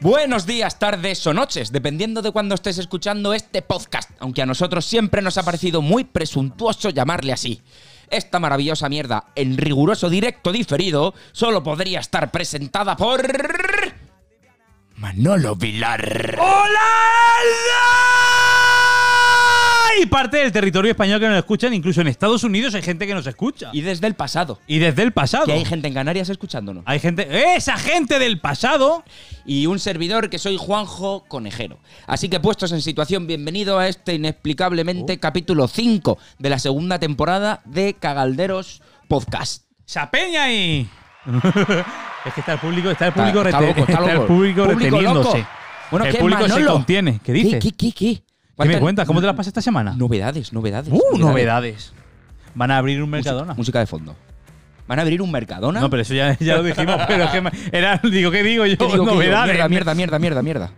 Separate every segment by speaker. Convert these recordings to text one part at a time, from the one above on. Speaker 1: Buenos días, tardes o noches, dependiendo de cuándo estés escuchando este podcast, aunque a nosotros siempre nos ha parecido muy presuntuoso llamarle así. Esta maravillosa mierda, en riguroso directo diferido, solo podría estar presentada por... Manolo Vilar.
Speaker 2: ¡Hola! Hay parte del territorio español que nos escuchan, incluso en Estados Unidos hay gente que nos escucha.
Speaker 1: Y desde el pasado.
Speaker 2: Y desde el pasado.
Speaker 1: Que hay gente en Canarias escuchándonos.
Speaker 2: Hay gente. ¡Esa gente del pasado!
Speaker 1: Y un servidor que soy Juanjo Conejero. Así que puestos en situación, bienvenido a este inexplicablemente
Speaker 2: Oh.
Speaker 1: capítulo 5 de la segunda temporada de Cagalderos Podcast.
Speaker 2: ¡Esa peña ahí! es que está el público, está el público,
Speaker 1: Está- está
Speaker 2: rete-
Speaker 1: loco, está
Speaker 2: está el
Speaker 1: loco.
Speaker 2: público
Speaker 1: Público
Speaker 2: reteniéndose.
Speaker 1: loco. Bueno,
Speaker 2: el
Speaker 1: ¿qué,
Speaker 2: público se
Speaker 1: Manolo?
Speaker 2: contiene. ¿Qué
Speaker 1: ¿Qué,
Speaker 2: dices?
Speaker 1: qué, qué, qué?
Speaker 2: ¿Qué
Speaker 1: ¿Cuántas
Speaker 2: me cuentas? ¿Cómo te las pasas esta semana?
Speaker 1: Novedades, novedades.
Speaker 2: ¡Uh, novedades! Van a abrir un Mercadona.
Speaker 1: Música, música de fondo. ¿Van a abrir un Mercadona?
Speaker 2: No, pero eso ya, ya lo dijimos, pero es que me- era, digo, ¿qué digo yo?
Speaker 1: ¿Qué digo, qué digo?
Speaker 2: novedades.
Speaker 1: Mierda, mierda, mierda, mierda, mierda.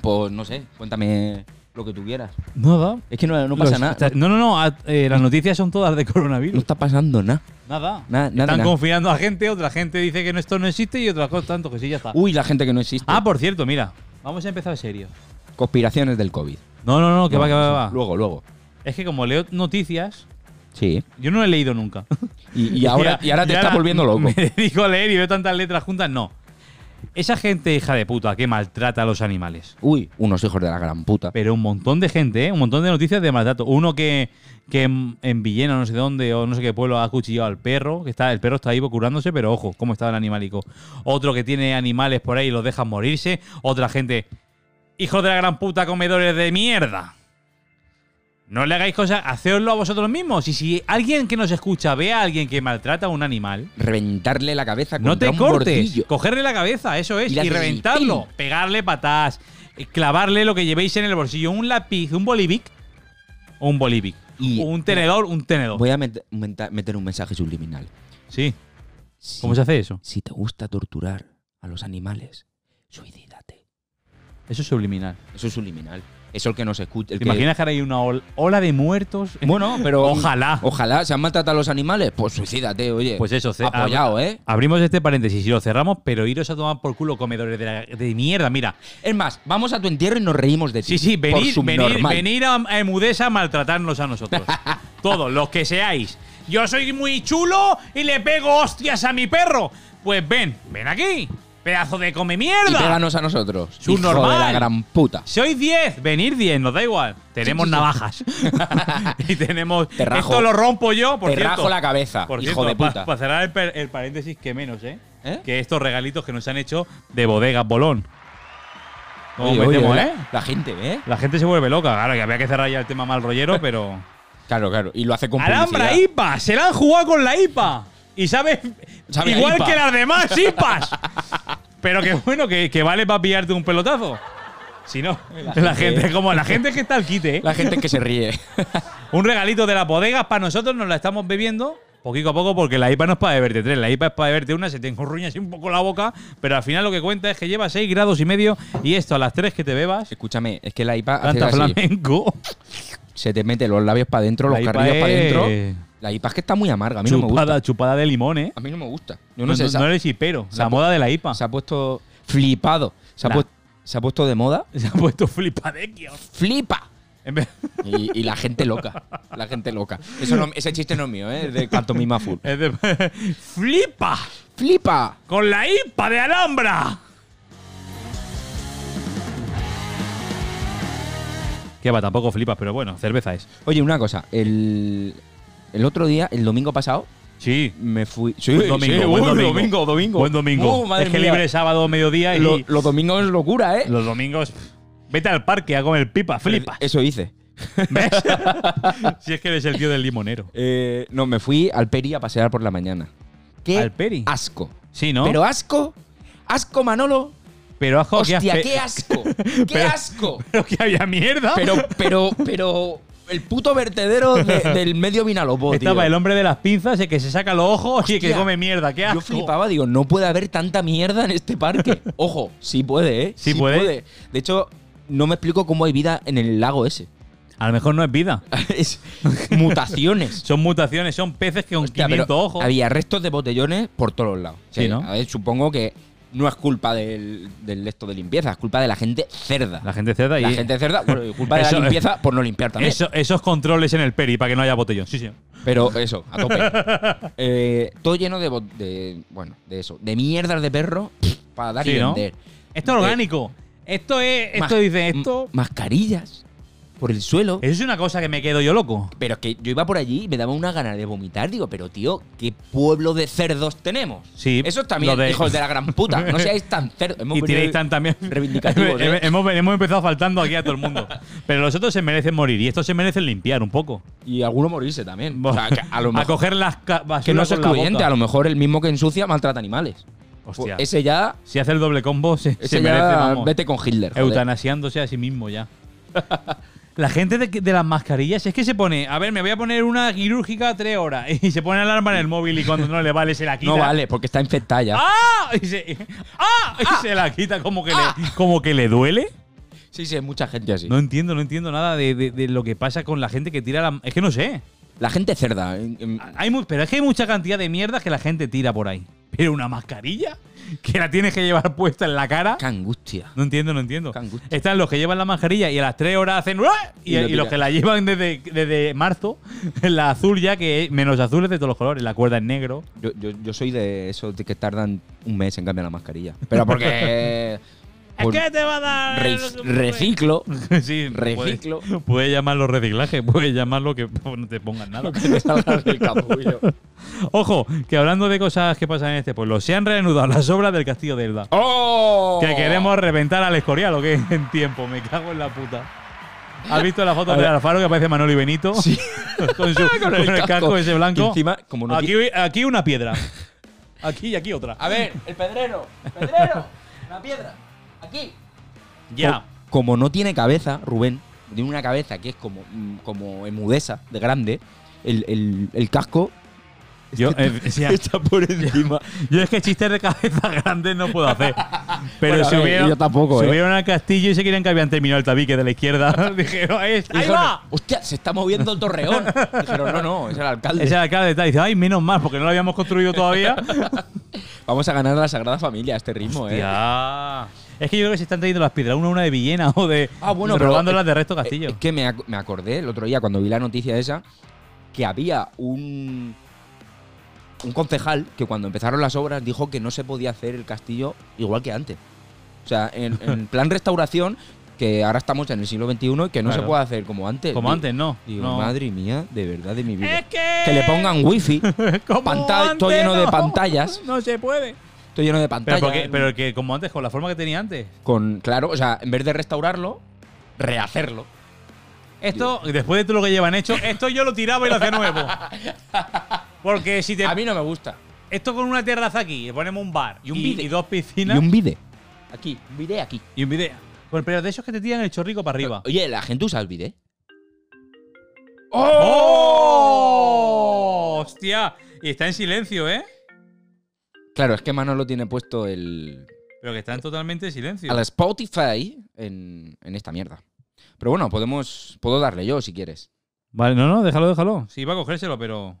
Speaker 1: Pues no sé, cuéntame lo que tú quieras.
Speaker 2: Nada.
Speaker 1: Es que no, no pasa
Speaker 2: Los-
Speaker 1: nada.
Speaker 2: está- No, no, no. a- eh, las noticias son todas de
Speaker 1: No
Speaker 2: coronavirus.
Speaker 1: está pasando nada.
Speaker 2: Nada.
Speaker 1: Nada, nada,
Speaker 2: Están
Speaker 1: nada.
Speaker 2: confiando a gente, otra gente dice que no- esto no existe y otra cosa tanto que sí, ya está.
Speaker 1: Uy, la gente que no existe.
Speaker 2: Ah, por cierto, mira. Vamos a empezar serio.
Speaker 1: Conspiraciones del COVID.
Speaker 2: No, no, no, que
Speaker 1: No,
Speaker 2: va, que va, que va.
Speaker 1: Luego, luego.
Speaker 2: Es que como leo noticias,
Speaker 1: Sí.
Speaker 2: yo no he leído nunca.
Speaker 1: Y, y ahora, y ahora te
Speaker 2: y
Speaker 1: está volviendo loco.
Speaker 2: Me dedico a leer y veo tantas letras juntas, no. Esa gente hija de puta que maltrata a los animales.
Speaker 1: Uy, unos hijos de la gran puta.
Speaker 2: Pero un montón de gente, ¿eh? un montón de noticias de maltrato. Uno que, que en, en Villena, no sé dónde, o no sé qué pueblo, ha acuchillado al perro. Que está, el perro está vivo curándose, pero ojo, cómo está el animalico. Otro que tiene animales por ahí y los dejan morirse. Otra gente, hijos de la gran puta, comedores de mierda. No le hagáis cosas, hacedlo a vosotros mismos. Y si alguien que nos escucha ve a alguien que maltrata a un animal,
Speaker 1: Reventarle la cabeza con
Speaker 2: no te
Speaker 1: un
Speaker 2: cortes,
Speaker 1: bordillo.
Speaker 2: cogerle la cabeza, eso es,
Speaker 1: Y
Speaker 2: y,
Speaker 1: le haces
Speaker 2: reventarlo,
Speaker 1: pim.
Speaker 2: pegarle patadas, eh, clavarle lo que llevéis en el bolsillo, un lápiz, un bolivic o un bolivic,
Speaker 1: Y-
Speaker 2: o un tenedor, un tenedor.
Speaker 1: Voy a met- menta- meter un mensaje subliminal.
Speaker 2: Sí,
Speaker 1: Si-
Speaker 2: ¿cómo se hace eso?
Speaker 1: Si te gusta torturar a los animales, suicídate.
Speaker 2: Eso es subliminal.
Speaker 1: Eso es subliminal. Eso el que nos escucha. el
Speaker 2: ¿Te
Speaker 1: que-
Speaker 2: imaginas que ahora hay una ol- ola de muertos?
Speaker 1: Bueno, pero.
Speaker 2: Ojalá.
Speaker 1: Ojalá. ¿Se han matado a los animales? Pues suicídate, oye.
Speaker 2: Pues eso, ce-
Speaker 1: Apoyado, ¿eh?
Speaker 2: Abrimos este paréntesis y lo cerramos, pero iros a tomar por culo comedores de, la- de mierda. Mira,
Speaker 1: Es más, vamos a tu entierro y nos reímos de ti.
Speaker 2: Sí, sí,
Speaker 1: por
Speaker 2: venir, venir,
Speaker 1: subnormal.
Speaker 2: venir a, a Emudesa a maltratarnos a nosotros. Todos, los que seáis. Yo soy muy chulo y le pego hostias a mi perro. Pues ven, ven aquí, pedazo de come
Speaker 1: Y
Speaker 2: mierda.
Speaker 1: péganos a nosotros.
Speaker 2: Subnormal.
Speaker 1: Hijo de la gran puta.
Speaker 2: Sois 10, venir 10, nos da igual. Tenemos
Speaker 1: sí, sí.
Speaker 2: navajas. y tenemos.
Speaker 1: Te rajo.
Speaker 2: Esto lo rompo yo, por
Speaker 1: Te
Speaker 2: cierto.
Speaker 1: rajo la cabeza,
Speaker 2: Por
Speaker 1: hijo
Speaker 2: cierto,
Speaker 1: de puta.
Speaker 2: Para cerrar el, per- el paréntesis, que menos, ¿eh?
Speaker 1: ¿Eh?
Speaker 2: Que estos regalitos que nos han hecho de bodegas Bolón. ¿Cómo
Speaker 1: Oye,
Speaker 2: metemos,
Speaker 1: oye,
Speaker 2: eh?
Speaker 1: la- La gente, ¿eh?
Speaker 2: La gente se vuelve loca, claro, que había que cerrar ya el tema mal rollero, pero.
Speaker 1: Claro, claro. Y lo hace con
Speaker 2: ¡Alhambra
Speaker 1: publicidad.
Speaker 2: IPA! ¡Se la han jugado con la IPA! Y sabes,
Speaker 1: Sabe a
Speaker 2: igual
Speaker 1: IPA.
Speaker 2: que las demás IPAs. pero que bueno, que, que vale para pillarte un pelotazo. Si no, la gente,
Speaker 1: gente-
Speaker 2: como la gente que está al quite, ¿eh?
Speaker 1: La gente que se ríe.
Speaker 2: Un regalito de las bodegas para nosotros, nos la estamos bebiendo poquito a poco porque la IPA no es para beberte tres, la IPA es para beberte una, se te enjurruña así un poco la boca, pero al final lo que cuenta es que lleva 6 grados y medio y esto a las 3 que te bebas,
Speaker 1: Escúchame, es que la IPA hace
Speaker 2: canta
Speaker 1: así.
Speaker 2: flamenco.
Speaker 1: se te mete los labios para adentro, los
Speaker 2: La IPA
Speaker 1: carrillos para
Speaker 2: es-
Speaker 1: adentro. La IPA es que está muy amarga, a mí no me gusta.
Speaker 2: Chupada, chupada de limón, ¿eh?
Speaker 1: A mí no me gusta. Yo
Speaker 2: No,
Speaker 1: no, sé,
Speaker 2: no-
Speaker 1: se, ha-
Speaker 2: no eres hipero.
Speaker 1: se ha
Speaker 2: La
Speaker 1: pu-
Speaker 2: moda de la IPA.
Speaker 1: se ha puesto flipado. Se ha,
Speaker 2: La-
Speaker 1: puest- se ha puesto de moda.
Speaker 2: Se ha puesto flipadequios.
Speaker 1: ¡Flipa!
Speaker 2: En vez-
Speaker 1: Y, y la gente loca. La gente loca. Eso no- ese chiste no es mío, ¿eh? Es de Pantomima Full.
Speaker 2: es de- ¡Flipa!
Speaker 1: ¡Flipa!
Speaker 2: ¡Con la IPA de Alhambra! Que va, tampoco flipas, pero bueno, cerveza es.
Speaker 1: Oye, una cosa. El, el otro día, el domingo pasado,
Speaker 2: Sí.
Speaker 1: me fui. Sí,
Speaker 2: Buen
Speaker 1: sí,
Speaker 2: domingo, buen
Speaker 1: uy,
Speaker 2: domingo.
Speaker 1: domingo.
Speaker 2: Buen domingo.
Speaker 1: Uh, madre
Speaker 2: es que
Speaker 1: mía.
Speaker 2: libre sábado, mediodía y
Speaker 1: Lo- los domingos es locura, ¿eh?
Speaker 2: los domingos. pff, Vete al parque a comer pipa, flipas.
Speaker 1: Eso hice.
Speaker 2: ¿Ves? si es que eres el tío del limonero.
Speaker 1: Eh, no, me fui al Peri a pasear por la mañana. ¿Qué
Speaker 2: ¿Al Peri?
Speaker 1: asco.
Speaker 2: Sí, ¿no?
Speaker 1: Pero asco. Asco, Manolo.
Speaker 2: pero ajo, que
Speaker 1: Hostia,
Speaker 2: hace-
Speaker 1: qué asco. Qué
Speaker 2: Pero-
Speaker 1: asco.
Speaker 2: Pero que había mierda.
Speaker 1: Pero, pero, pero. El puto vertedero de- del medio Vinalopó, tío.
Speaker 2: Estaba el hombre de las pinzas, el que se saca los ojos y el que
Speaker 1: Hostia.
Speaker 2: come mierda. ¿Qué asco?
Speaker 1: Yo flipaba, digo, no puede haber tanta mierda en este parque. Ojo, sí puede, ¿eh?
Speaker 2: Sí puede.
Speaker 1: De hecho, no me explico cómo hay vida en el lago ese.
Speaker 2: A lo mejor no es vida.
Speaker 1: Es mutaciones.
Speaker 2: Son mutaciones, son peces que con
Speaker 1: Hostia, pero
Speaker 2: 500 ojos.
Speaker 1: Había restos de botellones por todos lados. O sea,
Speaker 2: Sí, ¿no?
Speaker 1: a ver, supongo que no es culpa del, del esto de limpieza, es culpa de la gente cerda.
Speaker 2: La gente cerda y.
Speaker 1: La gente cerda, bueno, y culpa de la
Speaker 2: Eso-
Speaker 1: limpieza por no limpiar también.
Speaker 2: Eso- esos controles en el peri para que no haya botellón. Sí, sí.
Speaker 1: Pero eso, a tope. Eh, todo lleno de, bot- de- Bueno, de eso. De mierdas de perro para dar
Speaker 2: Sí,
Speaker 1: y
Speaker 2: ¿no?
Speaker 1: vender.
Speaker 2: Esto es
Speaker 1: Eh,
Speaker 2: orgánico. Esto es.
Speaker 1: Mas-
Speaker 2: Esto dice esto.
Speaker 1: m- Mascarillas por el suelo.
Speaker 2: Eso es una cosa que me quedo yo loco.
Speaker 1: Pero es que yo iba por allí y me daba una gana de vomitar. Digo, pero tío, ¿qué pueblo de cerdos tenemos?
Speaker 2: Sí,
Speaker 1: Eso también,
Speaker 2: lo de-
Speaker 1: hijos de la gran puta. No seáis tan cerdos. Hemos
Speaker 2: y
Speaker 1: venido
Speaker 2: tiréis tan también.
Speaker 1: reivindicativos, ¿eh?
Speaker 2: hemos, hemos empezado faltando aquí a todo el mundo. Pero los otros se merecen morir y estos se merecen limpiar un poco.
Speaker 1: Y alguno morirse también. O sea, que a lo mejor.
Speaker 2: coger las ca- basuras
Speaker 1: que no es
Speaker 2: con la
Speaker 1: excluyente,
Speaker 2: boca.
Speaker 1: a lo mejor el mismo que ensucia maltrata animales.
Speaker 2: Hostia.
Speaker 1: Pues ese ya.
Speaker 2: Si hace el doble combo, se,
Speaker 1: Ese
Speaker 2: se
Speaker 1: ya.
Speaker 2: merece, vamos,
Speaker 1: vete con Hitler. joder.
Speaker 2: eutanasiándose a sí mismo ya. La gente de, de las mascarillas es que se pone, a ver, me voy a poner una quirúrgica tres horas y se pone alarma en el móvil y cuando no le vale se la quita.
Speaker 1: No vale, porque está infectada ya.
Speaker 2: ¡Ah! Y se, ¡Ah! Y se la quita como que, le, como que le duele.
Speaker 1: Sí, Ah. sí, hay mucha gente así.
Speaker 2: No entiendo, no entiendo nada de, de- de lo que pasa con la gente que tira la. Es que no sé.
Speaker 1: La gente cerda. eh, en- en-
Speaker 2: Hay mu- pero es que hay mucha cantidad de mierdas que la gente tira por ahí. Pero una mascarilla que la tienes que llevar puesta en la cara.
Speaker 1: Qué angustia.
Speaker 2: No entiendo, no entiendo.
Speaker 1: Qué angustia.
Speaker 2: Están los que llevan la mascarilla y a las 3 horas hacen. ¡Uah! Y,
Speaker 1: Y lo
Speaker 2: y los
Speaker 1: tiran.
Speaker 2: que la llevan desde, desde marzo, la azul ya, que es menos azules de todos los colores, la cuerda en negro.
Speaker 1: Yo, yo- yo soy de esos de que tardan un mes en cambiar la mascarilla. Pero porque. por
Speaker 2: es que te va a dar.
Speaker 1: re- reciclo.
Speaker 2: sí,
Speaker 1: reciclo.
Speaker 2: Puedes, puedes llamarlo reciclaje, puedes llamarlo que no te pongan nada.
Speaker 1: Lo que te salga del capullo.
Speaker 2: Ojo, que hablando de cosas que pasan en este pueblo, se han reanudado las obras del castillo de Elda.
Speaker 1: ¡Oh!
Speaker 2: Que queremos reventar al Escorial, ¿o qué? En tiempo, me cago en la puta. ¿Has visto la foto
Speaker 1: A
Speaker 2: de
Speaker 1: ver.
Speaker 2: Alfaro que aparece Manolo y Benito?
Speaker 1: Sí.
Speaker 2: con, su- con el, casco. ese blanco.
Speaker 1: Y encima, como no
Speaker 2: aquí,
Speaker 1: tiene-
Speaker 2: aquí una piedra. Aquí y aquí otra.
Speaker 1: A ver, el pedrero. Pedrero. Una piedra. Aquí.
Speaker 2: Ya.
Speaker 1: Co- Como no tiene cabeza, Rubén, tiene una cabeza que es como, mm, como emudeza, de grande, el, el- el casco
Speaker 2: Yo, eh, decía,
Speaker 1: está por encima.
Speaker 2: yo es que chistes de cabeza grandes no puedo hacer. Pero
Speaker 1: Bueno, a ver,
Speaker 2: subieron,
Speaker 1: yo tampoco, ¿eh?
Speaker 2: subieron al castillo y se querían que habían terminado el tabique de la izquierda. Dijeron, "Ahí está, ¡ahí
Speaker 1: Dijeron,
Speaker 2: va!
Speaker 1: Hostia, se está moviendo el torreón. Dijeron, no, no, es el alcalde.
Speaker 2: Esa era la cara de tal. Dice, ay, menos mal, porque no lo habíamos construido todavía.
Speaker 1: Vamos a ganar a la Sagrada Familia a este ritmo, eh.
Speaker 2: Ya. Es que yo creo que se están trayendo las piedras, una a una de Villena o de.
Speaker 1: Ah, bueno, pero-
Speaker 2: robándolas de resto castillo.
Speaker 1: Eh, Es que me, ac- me acordé el otro día cuando vi la noticia esa que había un. Un concejal que cuando empezaron las obras dijo que no se podía hacer el castillo igual que antes. O sea, en, en plan restauración, que ahora estamos en el siglo XXI y que no se
Speaker 2: Claro.
Speaker 1: puede hacer como antes.
Speaker 2: Como
Speaker 1: Di-
Speaker 2: antes, no.
Speaker 1: Digo,
Speaker 2: No.
Speaker 1: madre mía, de verdad, de mi vida.
Speaker 2: que.
Speaker 1: Que le pongan wifi.
Speaker 2: Como
Speaker 1: Pantalla- todo
Speaker 2: antes,
Speaker 1: lleno de
Speaker 2: no.
Speaker 1: pantallas.
Speaker 2: No se puede.
Speaker 1: Estoy lleno de
Speaker 2: Pero,
Speaker 1: pantallas. eh.
Speaker 2: porque, pero que como antes, con la forma que tenía antes.
Speaker 1: Con, claro, o sea, en vez de restaurarlo, rehacerlo.
Speaker 2: Esto, después de todo lo que llevan hecho, esto yo lo tiraba y lo hacía nuevo. Porque si te.
Speaker 1: A mí no me gusta.
Speaker 2: Esto con una terraza aquí, le ponemos un bar
Speaker 1: Y un bide.
Speaker 2: dos
Speaker 1: Y
Speaker 2: piscinas
Speaker 1: un vide. Aquí, un vide aquí.
Speaker 2: y un video. Pero de esos que te tiran el chorrico para arriba.
Speaker 1: Oye, la gente usa el vide. ¡Oh!
Speaker 2: ¡Oh! ¡Hostia! Y está en silencio, ¿eh?
Speaker 1: Claro, es que Manolo tiene puesto el.
Speaker 2: Pero que están totalmente en silencio.
Speaker 1: Al Spotify en, en esta mierda. Pero bueno, podemos. Puedo darle yo si quieres.
Speaker 2: Vale, no, no, déjalo, déjalo. Sí, va a cogérselo, pero.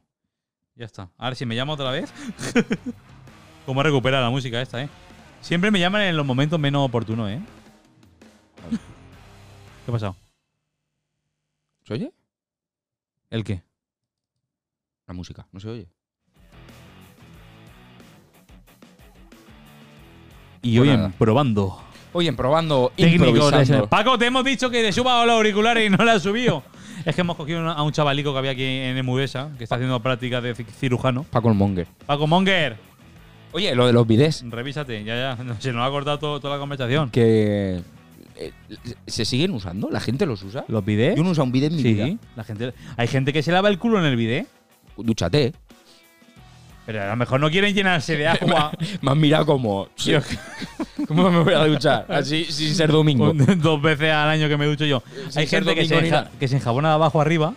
Speaker 2: Ya está. A ver si me llama otra vez. ¿Cómo recupera la música esta, eh? Siempre me llaman en los momentos menos oportunos, eh. ¿Qué ha pasado?
Speaker 1: ¿Se oye?
Speaker 2: ¿El qué?
Speaker 1: La música, no se oye.
Speaker 2: Y
Speaker 1: Pues
Speaker 2: hoy en
Speaker 1: nada.
Speaker 2: probando.
Speaker 1: Oye, probando
Speaker 2: Técnico de
Speaker 1: improvisando.
Speaker 2: Paco, te hemos dicho que te suba los auriculares y no la has subido. es que hemos cogido a un chavalico que había aquí en Emudesa, que está haciendo prácticas de ci- cirujano.
Speaker 1: Paco el Monger.
Speaker 2: Paco Monger,
Speaker 1: Oye, lo de los bidés.
Speaker 2: revísate, ya, ya. Se nos ha cortado todo- toda la conversación.
Speaker 1: Que. eh, ¿Se siguen usando? ¿La gente los usa?
Speaker 2: ¿Los bidés?
Speaker 1: Yo no uso un bidet en mi vida.
Speaker 2: Sí, la gente, hay gente que se lava el culo en el bidé,
Speaker 1: Dúchate.
Speaker 2: pero a lo mejor no quieren llenarse de agua.
Speaker 1: Me han mirado como. "Sí,
Speaker 2: Yo-
Speaker 1: ¿Cómo me voy a duchar? Así, sin ser domingo.
Speaker 2: un- dos veces al año que me ducho yo.
Speaker 1: Sin
Speaker 2: Hay
Speaker 1: ser
Speaker 2: gente que se,
Speaker 1: domingo ni
Speaker 2: enja-
Speaker 1: nada.
Speaker 2: que se enjabona de abajo arriba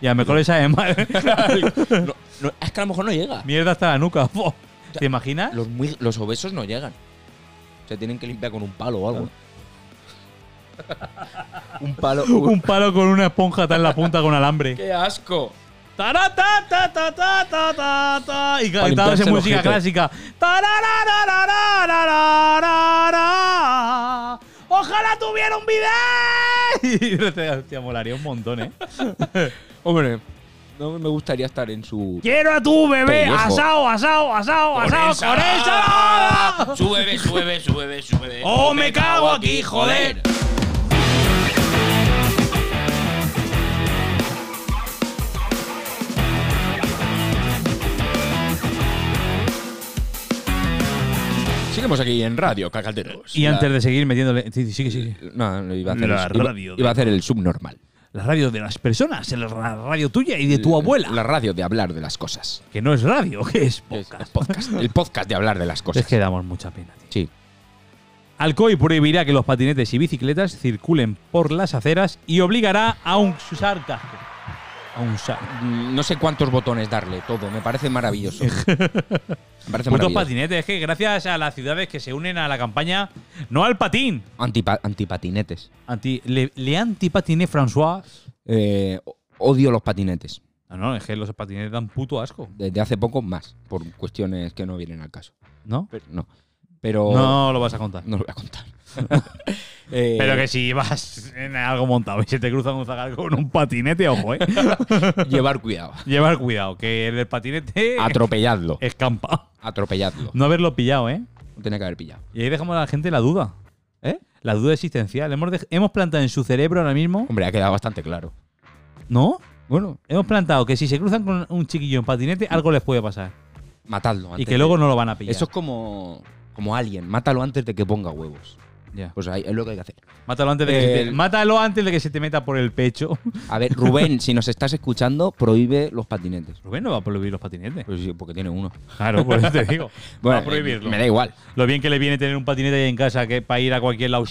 Speaker 2: y a lo mejor esa es mal.
Speaker 1: No, no, es que a lo mejor no llega.
Speaker 2: Mierda hasta la nuca. fo. ¿Te imaginas?
Speaker 1: Los, muy- los obesos no llegan. Se tienen que limpiar con un palo o algo. un palo.
Speaker 2: Un palo con una esponja está en la punta con alambre.
Speaker 1: ¡Qué asco!
Speaker 2: Tarata, ta, ta, ta, ta, ta, ta, y cantando
Speaker 1: limpiarse
Speaker 2: esa
Speaker 1: el
Speaker 2: música
Speaker 1: ojete.
Speaker 2: clásica. Tarararararararara. Ojalá tuviera un video. Hostia, molaría un montón, ¿eh?
Speaker 1: Hombre, no me gustaría estar en su.
Speaker 2: Quiero a tu bebé
Speaker 1: Pellejo.
Speaker 2: asao, asao, asao, asao, con ensalada.
Speaker 1: Sube, sube, sube, sube.
Speaker 2: ¡Oh, me cago aquí, joder!
Speaker 1: Seguimos aquí en Radio Cacalteros.
Speaker 2: Y
Speaker 1: La-
Speaker 2: antes de seguir metiéndole. Sí, sí, sí, sí.
Speaker 1: No, no, iba a hacer,
Speaker 2: La
Speaker 1: el, iba-
Speaker 2: radio de-
Speaker 1: iba a hacer el subnormal.
Speaker 2: La radio de las personas, la radio tuya y de tu abuela.
Speaker 1: La radio de hablar de las cosas.
Speaker 2: que no es radio, que es
Speaker 1: Es el
Speaker 2: podcast.
Speaker 1: podcast. El podcast de hablar de las cosas.
Speaker 2: Es que damos mucha pena, tío.
Speaker 1: Sí.
Speaker 2: Alcoy prohibirá que los patinetes y bicicletas circulen por las aceras y obligará a un usar casco. A un usar.
Speaker 1: Mm, No sé cuántos botones darle, todo. Me parece maravilloso. Me parece
Speaker 2: Putos
Speaker 1: maravilloso.
Speaker 2: patinetes, es que gracias a las ciudades que se unen a la campaña, no al patín.
Speaker 1: Antipa- antipatinetes.
Speaker 2: Anti, le, le antipatiné François.
Speaker 1: Eh, o- odio los patinetes.
Speaker 2: No, no, es que los patinetes dan puto asco,
Speaker 1: Desde hace poco más, por cuestiones que no vienen al caso.
Speaker 2: ¿no?
Speaker 1: Pero, no. Pero
Speaker 2: No lo vas a contar.
Speaker 1: no lo voy a contar. Eh,
Speaker 2: Pero que si vas en algo montado y se te cruza un zagal con un patinete, ojo, eh.
Speaker 1: llevar cuidado.
Speaker 2: Llevar cuidado, que el del patinete
Speaker 1: Atropelladlo.
Speaker 2: escampa.
Speaker 1: Atropelladlo.
Speaker 2: No haberlo pillado, eh.
Speaker 1: No tenía que haber pillado.
Speaker 2: Y ahí dejamos a la gente la duda.
Speaker 1: ¿Eh?
Speaker 2: La duda existencial. Hemos, dej- hemos plantado en su cerebro ahora mismo.
Speaker 1: Hombre, ha quedado bastante claro.
Speaker 2: ¿No?
Speaker 1: Bueno,
Speaker 2: Hemos plantado que si se cruzan con un chiquillo en patinete, algo les puede pasar.
Speaker 1: matadlo antes.
Speaker 2: Y que
Speaker 1: de-
Speaker 2: luego no lo van a pillar.
Speaker 1: Eso es como, como alguien. Mátalo antes de que ponga huevos.
Speaker 2: Ya.
Speaker 1: Pues ahí es lo que hay que hacer.
Speaker 2: Mátalo, antes de que se te,
Speaker 1: El-
Speaker 2: mátalo antes de que se te meta por el pecho.
Speaker 1: A ver, Rubén, si nos estás escuchando, prohíbe los patinetes.
Speaker 2: Rubén no va a prohibir los patinetes.
Speaker 1: Pues sí, porque tiene uno.
Speaker 2: Claro, por eso te digo.
Speaker 1: Bueno,
Speaker 2: va a prohibirlo.
Speaker 1: Me da igual.
Speaker 2: Lo bien que le viene tener un patinete ahí en casa que para ir a cualquier lado.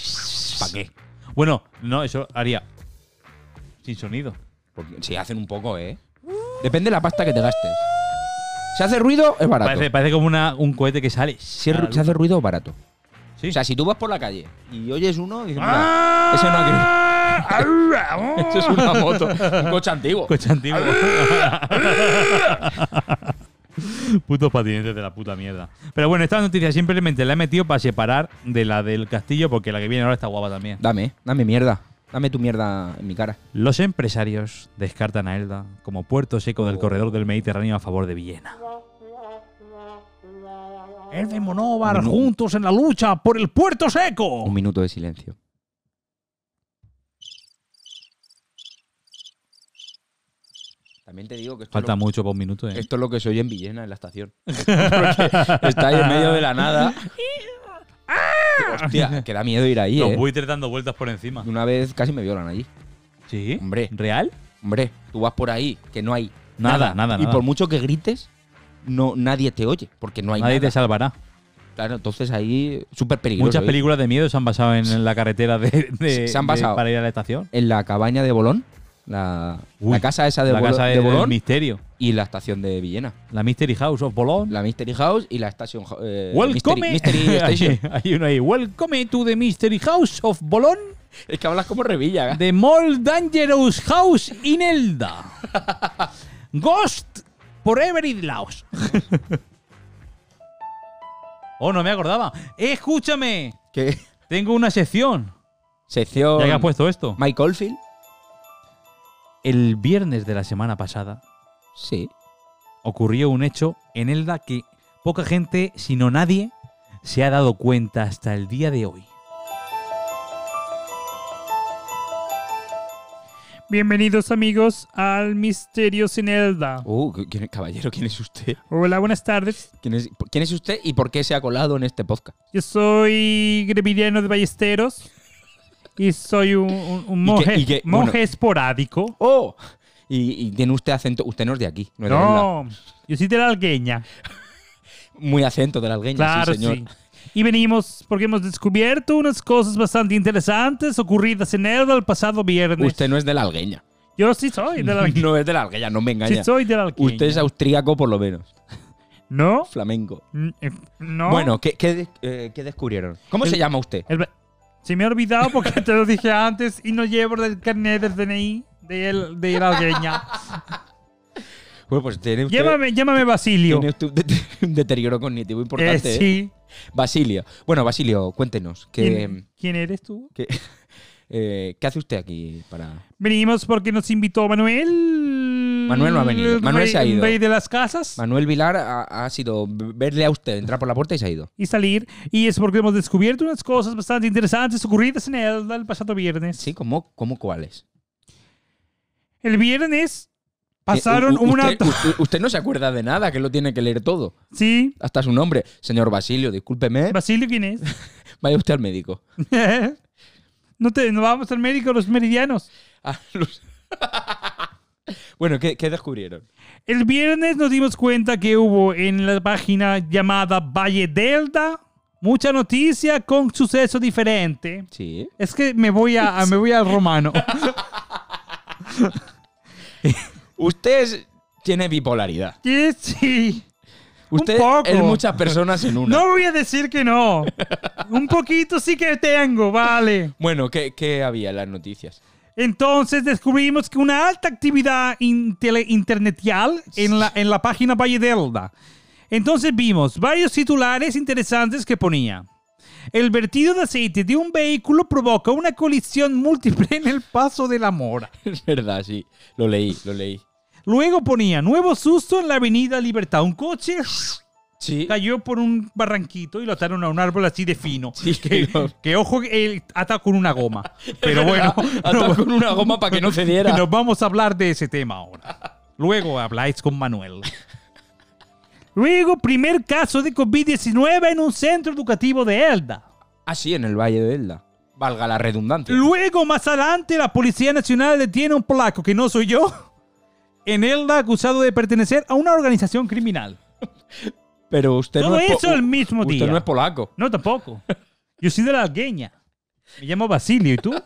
Speaker 1: ¿Para qué?
Speaker 2: Bueno, no, eso haría. Sin sonido.
Speaker 1: Porque si hacen un poco, ¿eh? Depende de la pasta que te gastes. Si hace ruido, es barato.
Speaker 2: Parece, parece como una- un cohete que sale.
Speaker 1: Si, es ru- si hace ruido, es barato.
Speaker 2: Sí.
Speaker 1: O sea, si tú vas por la calle y oyes uno, dices, mira,
Speaker 2: ¡Ah!
Speaker 1: Eso no
Speaker 2: ¡Ah!
Speaker 1: eso es una moto, un coche antiguo.
Speaker 2: Coche antiguo. Putos patinetes de la puta mierda. Pero bueno, esta noticia simplemente la he metido para separar de la del castillo, porque la que viene ahora está guapa también.
Speaker 1: Dame, dame mierda. Dame tu mierda en mi cara.
Speaker 2: Los empresarios descartan a Elda como puerto seco del corredor del Mediterráneo a favor de Viena. Elda y Monóvar
Speaker 1: Menú.
Speaker 2: juntos en la lucha por el puerto
Speaker 1: Un
Speaker 2: seco.
Speaker 1: minuto de silencio. También te digo que esto,
Speaker 2: Falta
Speaker 1: es,
Speaker 2: mucho para un minuto,
Speaker 1: lo,
Speaker 2: ¿eh?
Speaker 1: esto es lo que se oye en Villena, en la estación. Porque está ahí en medio de la nada. Hostia, que da miedo ir ahí,
Speaker 2: ¡Ah! Los
Speaker 1: ¿eh?
Speaker 2: buitres dando vueltas por encima.
Speaker 1: Una vez casi me violan allí.
Speaker 2: ¿Sí?
Speaker 1: Hombre.
Speaker 2: ¿Real?
Speaker 1: Hombre, tú vas por ahí, que no hay
Speaker 2: Nada, nada,
Speaker 1: Y
Speaker 2: nada.
Speaker 1: por mucho que grites, no, nadie te oye, porque no hay
Speaker 2: Nadie te
Speaker 1: nada.
Speaker 2: salvará.
Speaker 1: Claro, entonces ahí súper peligroso.
Speaker 2: Muchas
Speaker 1: ¿eh?
Speaker 2: películas de miedo se han basado en, en la carretera de, de-
Speaker 1: Se han
Speaker 2: de-
Speaker 1: basado.
Speaker 2: para ir a la estación.
Speaker 1: En la cabaña de Bolón, la,
Speaker 2: Uy,
Speaker 1: la casa esa de,
Speaker 2: la
Speaker 1: Bolo-
Speaker 2: casa
Speaker 1: de
Speaker 2: del
Speaker 1: Bolón
Speaker 2: misterio.
Speaker 1: y la estación de Villena.
Speaker 2: La Mystery House of Bolón.
Speaker 1: La Mystery House y la Station Ho- eh,
Speaker 2: Welcome.
Speaker 1: Mystery, Mystery Station.
Speaker 2: hay, hay uno ahí. Welcome to the Mystery House of Bolón.
Speaker 1: es que hablas como Revilla. ¿eh?
Speaker 2: The More Dangerous House in Elda. Ghost Forever in Laos. oh, no me acordaba. Escúchame.
Speaker 1: Que
Speaker 2: Tengo una sección.
Speaker 1: sección
Speaker 2: Ya que has puesto esto.
Speaker 1: Mike Oldfield.
Speaker 2: El viernes de la semana pasada.
Speaker 1: Sí.
Speaker 2: ocurrió un hecho en Elda que poca gente, si no nadie, se ha dado cuenta hasta el día de hoy.
Speaker 3: Bienvenidos amigos al Misterios en Elda.
Speaker 1: Uh, ¿quién- caballero, ¿quién es usted?
Speaker 3: Hola, buenas tardes.
Speaker 1: ¿Quién es, ¿Quién es usted y por qué se ha colado en este podcast?
Speaker 3: Yo soy Greviliano de Ballesteros y soy un, un- un
Speaker 1: Y que-
Speaker 3: monje,
Speaker 1: y que,
Speaker 3: monje
Speaker 1: bueno.
Speaker 3: esporádico.
Speaker 1: ¡Oh! Y, y tiene usted acento. Usted no es de aquí. No, es de Irlanda.
Speaker 3: No, yo soy de la Algueña.
Speaker 1: Muy acento de la algueña,
Speaker 3: Claro,
Speaker 1: sí, señor.
Speaker 3: sí. Y venimos porque hemos descubierto unas cosas bastante interesantes ocurridas en Elda el pasado viernes.
Speaker 1: Usted no es de la algueña.
Speaker 3: Yo sí soy de la Algueña.
Speaker 1: No es de la algueña, no me
Speaker 3: Sí
Speaker 1: engaña.
Speaker 3: soy de la Algueña.
Speaker 1: Usted es austríaco, por lo menos.
Speaker 3: ¿No?
Speaker 1: Flamenco.
Speaker 3: Mm, eh, ¿No?
Speaker 1: Bueno, ¿qué, qué de- eh, qué descubrieron? ¿Cómo
Speaker 3: El-
Speaker 1: se llama usted?
Speaker 3: El ba- se me ha olvidado porque te lo dije antes y no llevo el carnet del DNI de, el- de la algueña.
Speaker 1: Bueno, pues tiene usted,
Speaker 3: Llámame, llámame Basilio.
Speaker 1: tiene usted un, det- un deterioro cognitivo importante.
Speaker 3: Eh,
Speaker 1: ¿eh?
Speaker 3: sí.
Speaker 1: Basilio. Bueno, Basilio, cuéntenos. ¿qué,
Speaker 3: ¿Quién, quién eres tú?
Speaker 1: qué- eh, ¿qué hace usted aquí para.?
Speaker 3: Venimos porque nos invitó Manuel.
Speaker 1: Manuel no ha venido.
Speaker 3: el
Speaker 1: Manuel
Speaker 3: rey-
Speaker 1: se ha ido.
Speaker 3: el rey de las casas.
Speaker 1: Manuel Vilar ha, ha sido verle a usted entrar por la puerta y se ha ido.
Speaker 3: y salir. Y es porque hemos descubierto unas cosas bastante interesantes ocurridas en Elda el pasado viernes.
Speaker 1: Sí, ¿cómo, cómo Eh, cuáles?
Speaker 3: El viernes pasaron
Speaker 1: Eh, u- u-
Speaker 3: una...
Speaker 1: Usted, u- u- usted no se acuerda de nada, que lo tiene que leer todo.
Speaker 3: Sí.
Speaker 1: Hasta su nombre. Señor Basilio, discúlpeme.
Speaker 3: Basilio, ¿quién es?
Speaker 1: Vaya usted al médico.
Speaker 3: no, te, no vamos al médico los meridianos.
Speaker 1: Ah, los- bueno, ¿qué, qué descubrieron?
Speaker 3: El viernes nos dimos cuenta que hubo en la página llamada Valle Delta mucha noticia con suceso diferente.
Speaker 1: Sí.
Speaker 3: Es que me voy, a, a- me voy al romano.
Speaker 1: Usted es- tiene bipolaridad.
Speaker 3: Sí, sí. Un
Speaker 1: Usted
Speaker 3: poco.
Speaker 1: es muchas personas en una.
Speaker 3: No voy a decir que no. Un poquito sí que tengo, vale.
Speaker 1: Bueno, ¿qué, qué había en las noticias?
Speaker 3: Entonces descubrimos que una alta actividad intele- internetial en la, en la página Valle Delta. Entonces vimos varios titulares interesantes que ponía. El vertido de aceite de un vehículo provoca una colisión múltiple en el paso de la mora.
Speaker 1: Es verdad, sí. Lo leí, lo leí.
Speaker 3: Luego ponía nuevo susto en la avenida Libertad. Un coche
Speaker 1: Sí.
Speaker 3: cayó por un barranquito y lo ataron a un árbol así de fino.
Speaker 1: Sí,
Speaker 3: que,
Speaker 1: no.
Speaker 3: que ojo, él ata con una goma. Pero bueno,
Speaker 1: Atado con una goma para que no cediera.
Speaker 3: nos vamos a hablar de ese tema ahora. Luego habláis con Manuel. Luego, primer caso de COVID-19 en un centro educativo de Elda.
Speaker 1: Ah, sí, en el Valle de Elda. Valga la redundancia.
Speaker 3: Luego, más adelante, la Policía Nacional detiene a un polaco, que no soy yo, en Elda, acusado de pertenecer a una organización criminal.
Speaker 1: Pero usted
Speaker 3: Todo
Speaker 1: no es po-
Speaker 3: eso el mismo
Speaker 1: usted
Speaker 3: día.
Speaker 1: no es polaco.
Speaker 3: No, tampoco. Yo soy de la algueña. Me llamo Basilio, ¿y tú?
Speaker 1: Eh,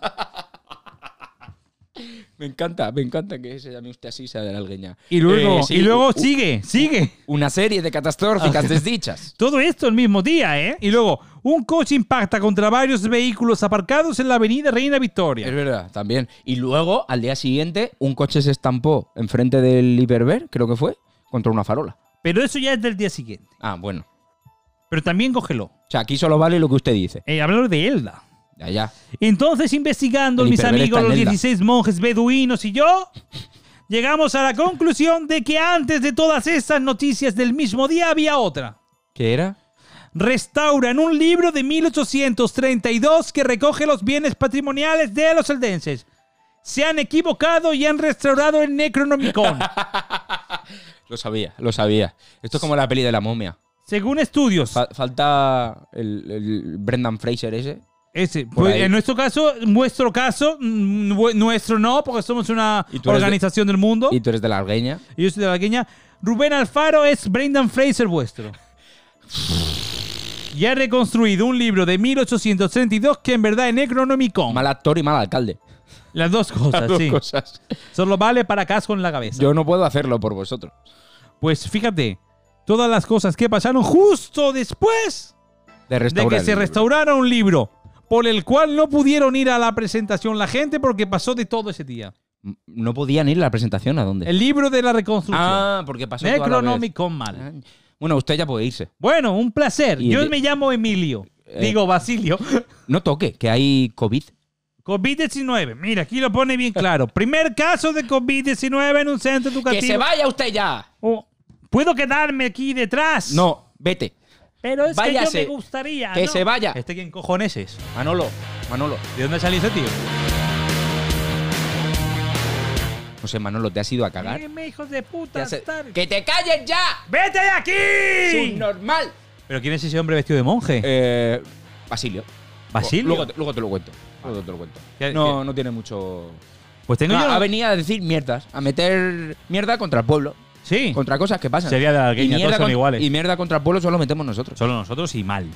Speaker 1: Me encanta, me encanta que se llame usted así, sea de la algueña.
Speaker 3: Y luego,
Speaker 1: Eh, sí,
Speaker 3: y luego
Speaker 1: u-
Speaker 3: sigue, sigue.
Speaker 1: Una serie de
Speaker 3: Ah,
Speaker 1: catastróficas desdichas.
Speaker 3: Todo esto el mismo día, ¿eh? Y luego, un coche impacta contra varios vehículos aparcados en la avenida Reina
Speaker 1: Es
Speaker 3: Victoria.
Speaker 1: verdad, también. Y luego, al día siguiente, un coche se estampó enfrente del Iberver, creo que fue, contra una farola.
Speaker 3: Pero eso ya es del día siguiente.
Speaker 1: Ah, bueno.
Speaker 3: Pero también cógelo.
Speaker 1: O sea, aquí solo vale lo que usted dice.
Speaker 3: Eh, hablar de Elda.
Speaker 1: Allá.
Speaker 3: Entonces, investigando,
Speaker 1: El
Speaker 3: mis
Speaker 1: hiperver
Speaker 3: amigos,
Speaker 1: está en
Speaker 3: los
Speaker 1: Elda.
Speaker 3: 16 monjes beduinos y yo, llegamos a la conclusión de que antes de todas esas noticias del mismo día había otra.
Speaker 1: ¿Qué era?
Speaker 3: restauran un libro de 1832 que recoge los bienes patrimoniales de los eldenses. Se han equivocado y han restaurado el Necronomicon.
Speaker 1: Lo sabía, lo sabía. Esto es como la peli de la momia.
Speaker 3: Según estudios,
Speaker 1: Fa- falta el, el Brendan Fraser ese.
Speaker 3: ese,
Speaker 1: por
Speaker 3: pues,
Speaker 1: ahí.
Speaker 3: en nuestro caso, nuestro caso, mm, bu- nuestro no, porque somos una
Speaker 1: Y tú eres de-
Speaker 3: organización del mundo.
Speaker 1: Y tú eres de la algueña.
Speaker 3: Y yo soy de la guiña. Rubén Alfaro es Brendan Fraser vuestro. Y ha reconstruido un libro de 1832 que en verdad es Necronomicon.
Speaker 1: Mal actor y mal alcalde.
Speaker 3: Las dos cosas,
Speaker 1: Dos
Speaker 3: Ah, sí.
Speaker 1: cosas.
Speaker 3: Solo vale para casco en la cabeza.
Speaker 1: Yo no puedo hacerlo por vosotros.
Speaker 3: Pues fíjate, todas las cosas que pasaron justo después
Speaker 1: De,
Speaker 3: de que
Speaker 1: restaurar
Speaker 3: se
Speaker 1: el libro.
Speaker 3: restaurara un libro por el cual no pudieron ir a la presentación la gente porque pasó de todo ese día.
Speaker 1: M- No podían ir a la presentación a dónde.
Speaker 3: El libro de la reconstrucción.
Speaker 1: Ah, porque pasó toda la vez.
Speaker 3: Necronomicon mal.
Speaker 1: Ah, Bueno, usted ya puede irse.
Speaker 3: Bueno, un placer.
Speaker 1: Y
Speaker 3: Yo
Speaker 1: de-
Speaker 3: me llamo Emilio.
Speaker 1: Eh.
Speaker 3: Digo Basilio.
Speaker 1: No toque, que hay COVID.
Speaker 3: COVID-19. Mira, aquí lo pone bien claro. Primer caso de COVID-19 en un centro educativo.
Speaker 1: ¡Que se vaya usted ya!
Speaker 3: Oh, Puedo quedarme aquí detrás.
Speaker 1: No, vete.
Speaker 3: Pero es
Speaker 1: Váyase.
Speaker 3: que yo me gustaría.
Speaker 1: Que
Speaker 3: ¿no?
Speaker 1: se vaya.
Speaker 3: ¿Este quién cojones es?
Speaker 1: Manolo, Manolo.
Speaker 3: ¿De dónde salió ese tío?
Speaker 1: No sé, Manolo, ¿te has ido a cagar?
Speaker 3: Dígame, hijos de
Speaker 1: ¿Te
Speaker 3: puta.
Speaker 1: has-
Speaker 3: tal.
Speaker 1: ¡Que te calles ya!
Speaker 3: ¡Vete de aquí!
Speaker 1: ¡Subnormal!
Speaker 3: ¿Pero quién es ese hombre vestido de monje?
Speaker 1: Eh, Basilio.
Speaker 3: ¿Basilio?
Speaker 1: Luego, te- luego te lo cuento. Luego te lo cuento.
Speaker 3: ¿Qué-
Speaker 1: No, no tiene mucho...
Speaker 3: pues tengo
Speaker 1: Ah,
Speaker 3: yo.
Speaker 1: ha venido a decir mierdas. A meter mierda contra el pueblo.
Speaker 3: sí.
Speaker 1: Contra cosas que pasan.
Speaker 2: Sería de la algueña,
Speaker 1: Y mierda
Speaker 2: todos son
Speaker 1: con-
Speaker 2: iguales.
Speaker 1: Y mierda contra el pueblo solo metemos nosotros.
Speaker 2: Solo nosotros y mal.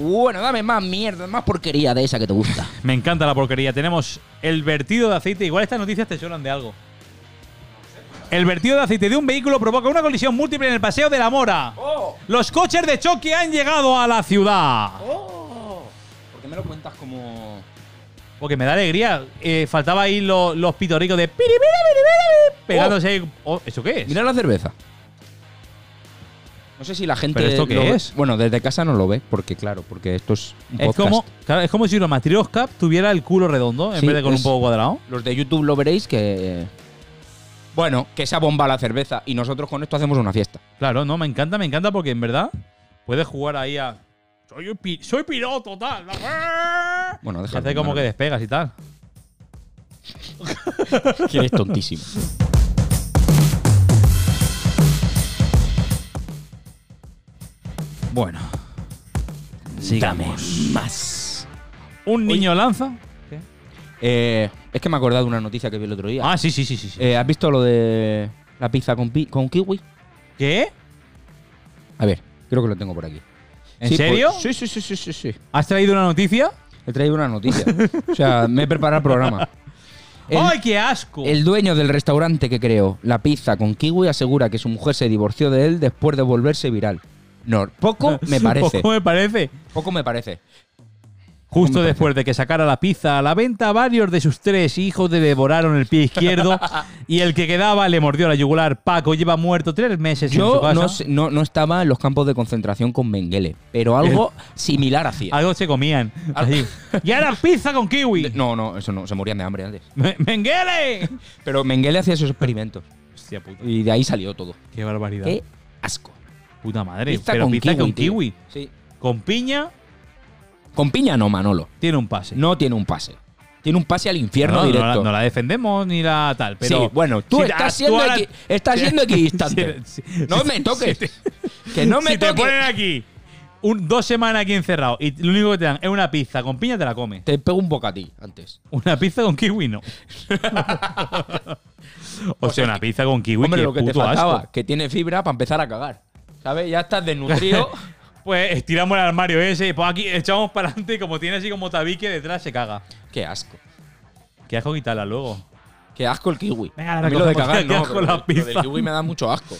Speaker 1: Bueno, dame más mierda, más porquería de esa que te gusta.
Speaker 2: Me encanta la porquería. Tenemos el vertido de aceite. Igual estas noticias te suenan de algo. El vertido de aceite de un vehículo provoca una colisión múltiple en el paseo de la Mora.
Speaker 3: Oh,
Speaker 2: Los coches de choque han llegado a la ciudad.
Speaker 1: ¿Por qué me lo cuentas como.?
Speaker 3: Porque me da alegría. Eh, faltaba ahí lo- los pitoricos de piribiri, piribiri, pegándose ahí. Oh, ¿Eso qué es?
Speaker 1: Mira la cerveza. No sé si la gente.
Speaker 3: ¿Pero esto qué
Speaker 1: lo ve.
Speaker 3: es?
Speaker 1: Bueno, desde casa no lo ve, porque claro, porque esto es. un
Speaker 3: es,
Speaker 1: podcast.
Speaker 3: como, claro, es como si una matriosca tuviera el culo redondo en
Speaker 1: Sí,
Speaker 3: vez de con
Speaker 1: es-
Speaker 3: un poco cuadrado.
Speaker 1: Los de YouTube lo veréis que. eh, Bueno, que se bomba la cerveza y nosotros con esto hacemos una fiesta.
Speaker 3: Claro, no, me encanta, me encanta porque en verdad puedes jugar ahí a. Soy, un pi- soy piloto, tal.
Speaker 1: Bueno,
Speaker 3: Y
Speaker 1: déjalo.
Speaker 3: hace como que
Speaker 1: vale.
Speaker 3: despegas y tal.
Speaker 1: Que eres tontísimo.
Speaker 3: Bueno. Sigamos.
Speaker 1: más.
Speaker 3: Un niño lanza.
Speaker 1: Eh, es que me he acordado de una noticia que vi el otro día.
Speaker 3: Ah, sí, sí, sí, sí. sí.
Speaker 1: Eh, ¿Has visto lo de la pizza con, pi- con kiwi?
Speaker 3: ¿Qué?
Speaker 1: A ver, creo que lo tengo por aquí.
Speaker 3: ¿En
Speaker 1: Sí,
Speaker 3: serio?
Speaker 1: pues- sí, sí, sí, sí, sí, sí.
Speaker 3: ¿Has traído una noticia?
Speaker 1: He traído una noticia. o sea, me he preparado el programa. El,
Speaker 3: ¡Ay, qué asco!
Speaker 1: el dueño del restaurante que creó la pizza con kiwi asegura que su mujer se divorció de él después de volverse viral. No, poco me parece.
Speaker 3: Poco me parece.
Speaker 1: Poco me parece.
Speaker 3: Justo
Speaker 1: parece.
Speaker 3: después de que sacara la pizza a la venta, varios de sus tres hijos le devoraron el pie izquierdo y el que quedaba le mordió la yugular. Paco lleva muerto tres meses en su
Speaker 1: Yo
Speaker 3: casa.
Speaker 1: no, sé- no, no estaba en los campos de concentración con Mengele, pero algo similar hacía.
Speaker 3: Algo se comían. Allí. y ahora pizza con kiwi.
Speaker 1: No, no, eso no, se morían de hambre antes.
Speaker 3: Me- ¡Menguele!
Speaker 1: Pero Mengele hacía esos experimentos
Speaker 3: Hostia puta.
Speaker 1: y de ahí salió todo.
Speaker 3: Qué barbaridad.
Speaker 1: Qué asco.
Speaker 3: Puta madre. Pero pizza con
Speaker 1: tío.
Speaker 3: kiwi.
Speaker 1: Sí.
Speaker 3: Con piña
Speaker 1: Con piña no, Manolo.
Speaker 3: tiene un pase.
Speaker 1: No tiene un pase. Tiene un pase al infierno
Speaker 3: no, no
Speaker 1: directo.
Speaker 3: la, no la defendemos ni la tal, pero.
Speaker 1: sí, bueno, tú
Speaker 3: si
Speaker 1: estás,
Speaker 3: actúa
Speaker 1: siendo
Speaker 3: la-
Speaker 1: equi- estás siendo equidistante.
Speaker 3: Si- si-
Speaker 1: no me toques. que no me
Speaker 3: si te
Speaker 1: toques.
Speaker 3: ponen aquí un- dos semanas aquí encerrado y lo único que te dan es una pizza con piña, te la comes.
Speaker 1: Te pego un bocatí antes.
Speaker 3: Una pizza con kiwi no. o sea, una pizza con kiwi
Speaker 1: Hombre,
Speaker 3: qué
Speaker 1: lo que te
Speaker 3: puto asco.
Speaker 1: faltaba, que tiene fibra para empezar a cagar. ¿Sabes? Ya estás desnutrido.
Speaker 3: Pues estiramos el armario ese y pues aquí echamos para adelante y como tiene así como tabique detrás se caga.
Speaker 1: Qué asco.
Speaker 3: Que asco quitarla luego.
Speaker 1: Qué asco el kiwi.
Speaker 3: Venga, la
Speaker 1: A mí lo de
Speaker 3: recogemos,
Speaker 1: cagar
Speaker 3: qué
Speaker 1: no,
Speaker 3: asco
Speaker 1: pero
Speaker 3: la
Speaker 1: lo- lo del
Speaker 3: pizza.
Speaker 1: kiwi me da mucho asco.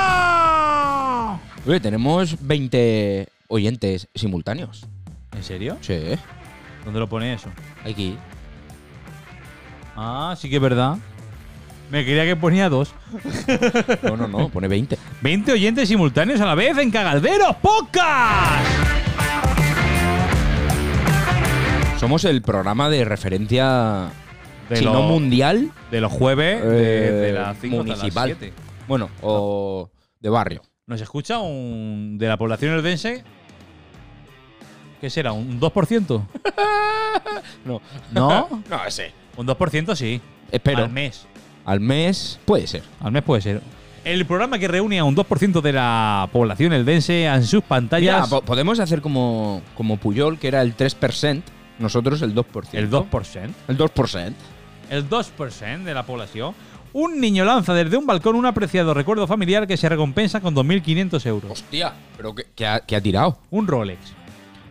Speaker 3: ¡Yeah!
Speaker 1: Oye, tenemos 20 oyentes simultáneos.
Speaker 3: ¿En serio?
Speaker 1: Sí, ¿eh?
Speaker 3: ¿Dónde lo pone eso?
Speaker 1: aquí.
Speaker 3: Ah, sí que es verdad. Me quería que ponía dos.
Speaker 1: No, no, no, pone 20.
Speaker 3: 20 oyentes simultáneos a la vez en Cagalderos Podcast.
Speaker 1: Somos el programa de referencia,
Speaker 3: De
Speaker 1: si
Speaker 3: lo-
Speaker 1: no mundial,
Speaker 3: De los jueves de, de
Speaker 1: eh,
Speaker 3: las 5
Speaker 1: municipal.
Speaker 3: hasta las 7.
Speaker 1: Bueno, o de barrio.
Speaker 3: Nos escucha un de la población ordense. ¿Qué será? ¿Un 2%?
Speaker 1: No.
Speaker 3: ¿No?
Speaker 1: No, ese.
Speaker 3: Un 2% sí.
Speaker 1: Espero.
Speaker 3: Al mes.
Speaker 1: Al mes puede ser.
Speaker 3: Al mes puede ser. El programa que reúne a un 2% de la población eldense en sus pantallas.
Speaker 1: Mira, po- podemos hacer como, como Puyol, que era el 3%, nosotros el 2%.
Speaker 3: el 2%.
Speaker 1: El 2%.
Speaker 3: el 2% de la población, un niño lanza desde un balcón un apreciado recuerdo familiar que se recompensa con 2.500 euros.
Speaker 1: Hostia, pero que, que ha, que ha tirado.
Speaker 3: Un Rolex.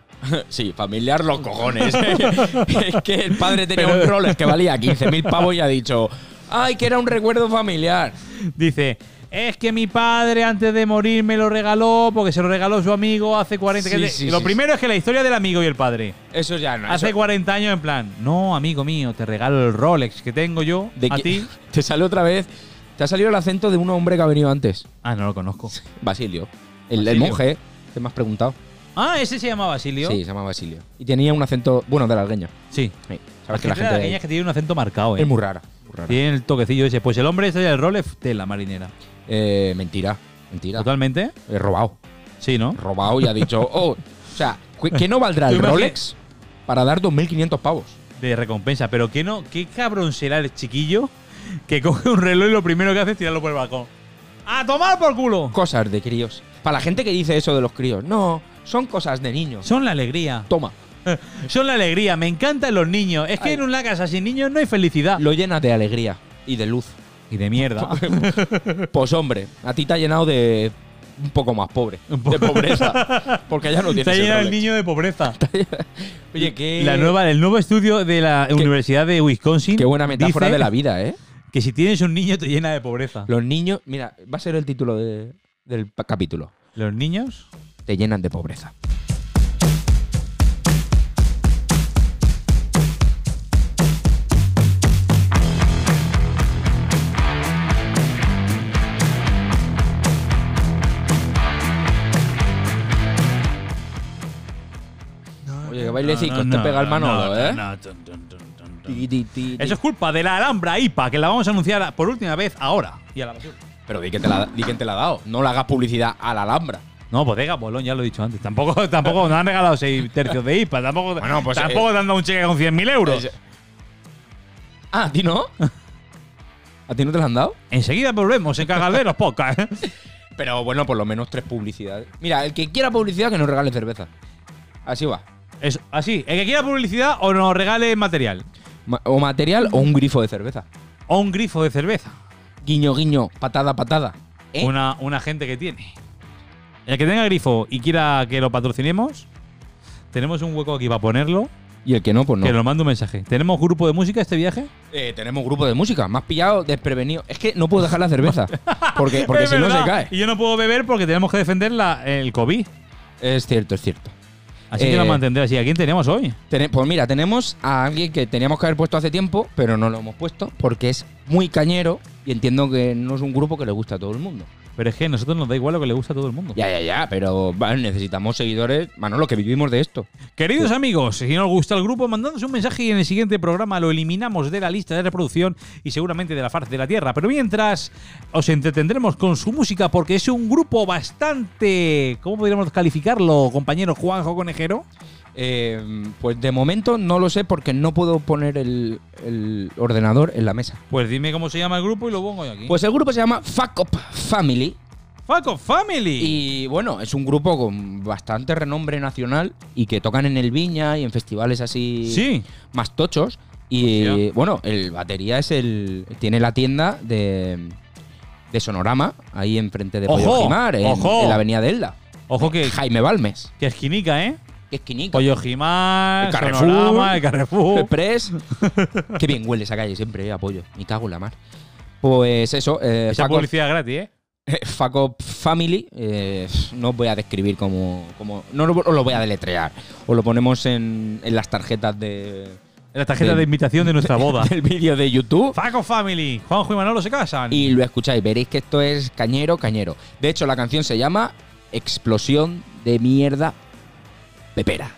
Speaker 1: Sí, familiar los cojones. es que el padre tenía un Rolex que valía 15.000 pavos y ha dicho, ay, que era un recuerdo familiar.
Speaker 3: Dice, es que mi padre antes de morir me lo regaló porque se lo regaló su amigo hace 40
Speaker 1: Sí,
Speaker 3: que-
Speaker 1: sí,
Speaker 3: Lo
Speaker 1: sí,
Speaker 3: primero es que la historia del amigo y el padre.
Speaker 1: Eso ya no.
Speaker 3: Hace
Speaker 1: eso-
Speaker 3: 40 años en plan, no, amigo mío, te regalo el Rolex que tengo yo
Speaker 1: de
Speaker 3: a
Speaker 1: que-
Speaker 3: ti.
Speaker 1: Te sale otra vez. Te ha salido el acento de un hombre que ha venido antes.
Speaker 3: Ah, no lo conozco.
Speaker 1: Basilio. El, el
Speaker 3: Basilio.
Speaker 1: monje, que me has preguntado.
Speaker 3: Ah, ese se llama Basilio.
Speaker 1: Sí, se llama Basilio. Y tenía un acento, bueno, de la algueña.
Speaker 3: Sí.
Speaker 1: Sí, Sabes
Speaker 3: La gente
Speaker 1: que la
Speaker 3: de
Speaker 1: gente
Speaker 3: la
Speaker 1: de
Speaker 3: peña es
Speaker 1: ahí
Speaker 3: que tiene un acento marcado, eh.
Speaker 1: es muy rara. muy rara.
Speaker 3: Tiene el toquecillo ese. Pues el hombre ese del Rolex, tela marinera.
Speaker 1: Eh, mentira, mentira.
Speaker 3: Totalmente.
Speaker 1: He robado.
Speaker 3: Sí, ¿no?
Speaker 1: Robado y ha dicho, oh, o sea, ¿cu- ¿qué no valdrá
Speaker 3: ¿Tú
Speaker 1: el
Speaker 3: imaginas?
Speaker 1: Rolex para dar 2.500 pavos?
Speaker 3: de recompensa. Pero qué no, qué cabrón será el chiquillo que coge un reloj y lo primero que hace es tirarlo por el balcón. ¡A tomar por culo!
Speaker 1: Cosas de críos. Para la gente que dice eso de los críos, no, son cosas de niños.
Speaker 3: Son la alegría.
Speaker 1: Toma,
Speaker 3: Son la alegría. Me encantan los niños. Es que
Speaker 1: Ay.
Speaker 3: en una casa sin niños no hay felicidad.
Speaker 1: lo llenas de alegría y de luz.
Speaker 3: y de mierda.
Speaker 1: Pues hombre, a ti te ha llenado de un poco más pobre, de pobreza, porque ya no
Speaker 3: Está
Speaker 1: tienes el
Speaker 3: lleno el
Speaker 1: Rolex.
Speaker 3: niño de pobreza.
Speaker 1: Oye, qué,
Speaker 3: La nueva, el nuevo estudio de la Universidad de Wisconsin.
Speaker 1: qué buena metáfora
Speaker 3: dice Ah.
Speaker 1: de la vida, ¿eh?
Speaker 3: Que si tienes un niño te llena de pobreza.
Speaker 1: Los niños, mira, va a ser el título de- del pa- capítulo.
Speaker 3: Los niños.
Speaker 1: Te llenan de pobreza. Oye, que bailecito, pues te pega el manolo, ¿eh? Ti, ti, ti, ti.
Speaker 3: Eso es culpa de la Alhambra IPA, que la vamos a anunciar por última vez ahora. Y a la basura.
Speaker 1: Pero di, que te la, di quién te la ha dado. No le hagas publicidad a la Alhambra.
Speaker 3: No, bodega Bolón, ya lo he dicho antes. Tampoco, tampoco nos han regalado 6 tercios de IPA. Tampoco,
Speaker 1: Bueno, pues,
Speaker 3: tampoco te han dado un cheque con 100.000 euros.
Speaker 1: Ese- Ah, ¿a ti no? ¿A ti no te la han dado?
Speaker 3: Enseguida volvemos en Cagalderos Podcast. ¿eh?
Speaker 1: Pero bueno, por lo menos tres publicidades. Mira, el que quiera publicidad que nos regale cerveza. Así va.
Speaker 3: Eso, así, el que quiera publicidad o nos regale material.
Speaker 1: Ma- O material o un grifo de cerveza.
Speaker 3: O un grifo de cerveza.
Speaker 1: Guiño, guiño, patada, patada. ¿Eh?
Speaker 3: Una, una gente que tiene. El que tenga grifo y quiera que lo patrocinemos, tenemos un hueco aquí para ponerlo.
Speaker 1: Y el que no, pues no.
Speaker 3: Que nos mande un mensaje. ¿Tenemos grupo de música este viaje?
Speaker 1: Eh, tenemos un grupo de música. Más pillado, desprevenido. Es que no puedo dejar la cerveza. Porque, porque
Speaker 3: Es
Speaker 1: si no se
Speaker 3: verdad.
Speaker 1: cae.
Speaker 3: Y yo no puedo beber porque tenemos que defender la- el COVID.
Speaker 1: Es cierto, es cierto.
Speaker 3: Así
Speaker 1: Eh,
Speaker 3: que lo mantendré así. ¿A quién tenemos hoy?
Speaker 1: Tene- pues mira, tenemos a alguien que teníamos que haber puesto hace tiempo, pero no lo hemos puesto porque es muy cañero y entiendo que no es un grupo que le gusta a todo el mundo.
Speaker 3: Pero es que a nosotros nos da igual lo que le gusta a todo el mundo.
Speaker 1: Ya, ya, ya, pero va, necesitamos seguidores. Manolo, que vivimos de esto.
Speaker 3: Queridos amigos, si no os gusta el grupo, mandadnos un mensaje y en el siguiente programa lo eliminamos de la lista de reproducción y seguramente de la faz de la Tierra. Pero mientras, os entretendremos con su música porque es un grupo bastante... ¿Cómo podríamos calificarlo, compañero Juanjo Conejero?
Speaker 1: Eh, pues de momento no lo sé porque no puedo poner el, el ordenador en la mesa.
Speaker 3: Pues dime cómo se llama el grupo y lo pongo yo aquí. Pues
Speaker 1: Pues el grupo se llama Fuck Up Family
Speaker 3: Faco Family.
Speaker 1: y bueno, es un grupo con bastante renombre nacional y que tocan en el Viña y en festivales así
Speaker 3: Sí.
Speaker 1: más tochos. Y
Speaker 3: Hostia.
Speaker 1: bueno, el batería es el. Tiene la tienda de, de Sonorama, ahí enfrente de Pollo
Speaker 3: Ojo,
Speaker 1: Jimar, en,
Speaker 3: ojo.
Speaker 1: en la avenida de Elda.
Speaker 3: Ojo que,
Speaker 1: Jaime Balmes,
Speaker 3: que esquinica, ¿eh?
Speaker 1: que es quinica.
Speaker 3: Pollo Jimán,
Speaker 1: El
Speaker 3: el
Speaker 1: Carrefour.
Speaker 3: Carrefour, el Carrefour.
Speaker 1: Express. Qué bien huele esa calle siempre, eh, apoyo. Me cago en la mar. Pues eso, eh,
Speaker 3: Esa
Speaker 1: Faco-
Speaker 3: publicidad gratis, ¿eh?
Speaker 1: Faco Family, eh, no os voy a describir como. como no lo, os lo voy a deletrear. Os lo ponemos en, en las tarjetas de,
Speaker 3: En la tarjeta
Speaker 1: Del-
Speaker 3: de invitación de nuestra boda.
Speaker 1: del vídeo de YouTube.
Speaker 3: Faco Family. Juanjo y Manolo se casan.
Speaker 1: Y lo escucháis, veréis que esto es cañero, cañero. De hecho, la canción se llama Explosión de mierda pepera.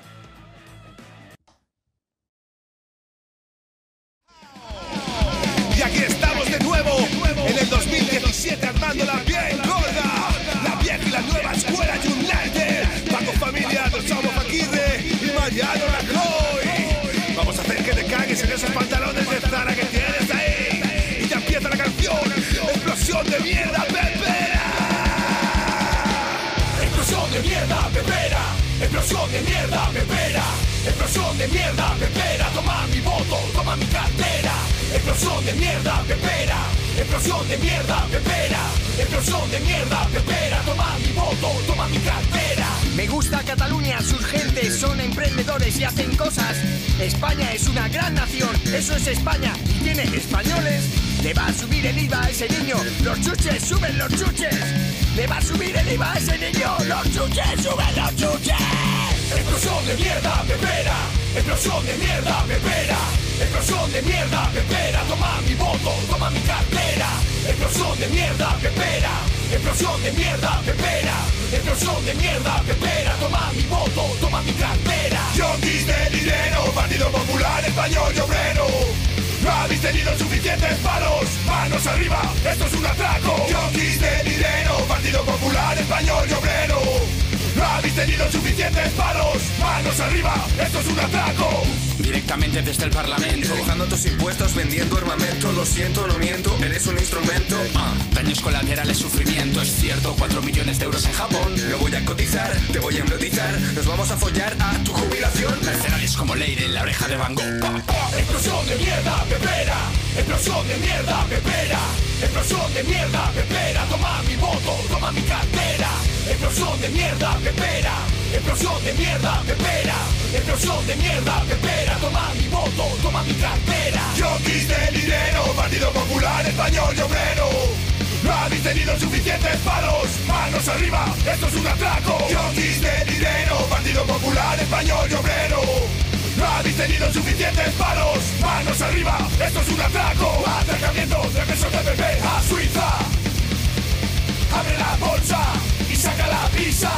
Speaker 4: Y aquí estamos de nuevo en el 2017 armando la bien gorda. La vieja y la nueva escuela United. Paco Familia, nos somos Paquirre y Mariano Rajoy. Vamos a hacer que te cagues en esos pantalones de Zara que tienes ahí. Y ya empieza la canción. Explosión de mierda, pepera. Explosión de mierda, pepera. Explosión de mierda, pepera. Explosión de mierda, pepera. Toma mi voto, toma mi cartera. Explosión de mierda, pepera. Explosión de mierda, pepera. Explosión de mierda, pepera. Toma mi voto, toma mi cartera.
Speaker 5: Me gusta Cataluña, sus gentes son emprendedores y hacen cosas. España es una gran nación, eso es España, y tiene españoles. Le va a subir el IVA a ese niño, los chuches suben los chuches. Le va a subir el IVA a ese niño, los chuches suben los chuches.
Speaker 4: Explosión de mierda, pepera. Explosión de mierda, pepera. Explosión de mierda, pepera. Toma mi voto, toma mi cartera. Explosión de mierda, pepera. Explosión de mierda, pepera. Explosión de mierda, pepera. Toma mi voto, toma mi cartera. Yonkis de dinero, Partido Popular Español y Obrero. No habéis tenido suficientes palos. Manos arriba, esto es un atraco. Yonkis de dinero, Partido Popular Español y Obrero. No habéis tenido suficientes palos. Manos arriba, esto es un atraco.
Speaker 6: Directamente desde el Parlamento Bajando tus impuestos, vendiendo armamento Lo siento, no miento, eres un instrumento Ah, Daños colaterales, sufrimiento, es cierto 4 millones de euros en Japón Lo voy a cotizar, te voy a hipnotizar Nos vamos a follar a tu jubilación Mercenarios como Leire en la oreja de Van Gogh Pa, pa.
Speaker 4: Explosión de mierda, pepera. Explosión de mierda, pepera. Explosión de mierda, pepera. Toma mi voto, toma mi cartera. Explosión de mierda, pepera. Explosión de mierda, pepera. Explosión de mierda, pepera. Toma mi voto, toma mi cartera. Yo quise el dinero, Partido Popular Español y Obrero. No habéis tenido suficientes palos. Manos arriba, esto es un atraco. Yo quise el dinero, Partido Popular Español y Obrero. No habéis tenido suficientes palos Manos arriba, esto es un atraco Atracamiento de pesos de bebé a Suiza Abre la bolsa y saca la pizza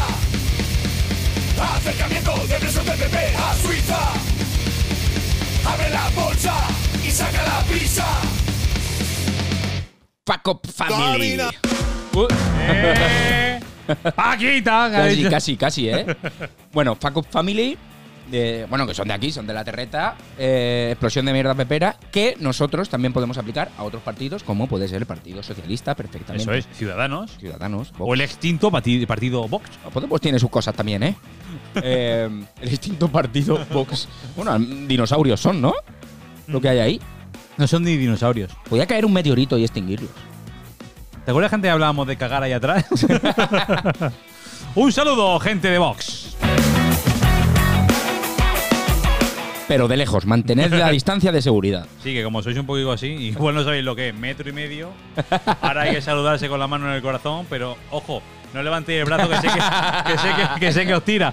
Speaker 4: Acercamiento de presos de bebé a Suiza Abre la bolsa y saca la pizza
Speaker 1: Paco Family. Uh,
Speaker 4: Domina.
Speaker 2: Eh, Paquita, que ha
Speaker 1: Casi,
Speaker 2: dicho.
Speaker 1: casi, casi, ¿eh? Bueno, Paco Family. eh, bueno, que son de aquí, son de la terreta. eh, explosión de mierda pepera. Que nosotros también podemos aplicar a otros partidos, como puede ser el Partido Socialista, perfectamente.
Speaker 3: Eso es, Ciudadanos.
Speaker 1: Ciudadanos. Vox.
Speaker 3: O el extinto pati- partido Vox.
Speaker 1: Podemos Pues, tiene sus cosas también, ¿eh? Eh, el distinto partido Vox. Bueno, dinosaurios son, ¿no? Lo que hay ahí.
Speaker 3: No son ni dinosaurios.
Speaker 1: Podía caer un meteorito y extinguirlos.
Speaker 3: ¿Te acuerdas que antes hablábamos de cagar ahí atrás? Un saludo, gente de Vox.
Speaker 1: Pero de lejos, mantened la distancia de seguridad.
Speaker 3: Sí, que como sois un poquito así, igual no sabéis lo que es, metro y medio. Ahora hay que saludarse con la mano en el corazón, pero ojo, no levantéis el brazo que sé que, que sé que- que sé que os tira.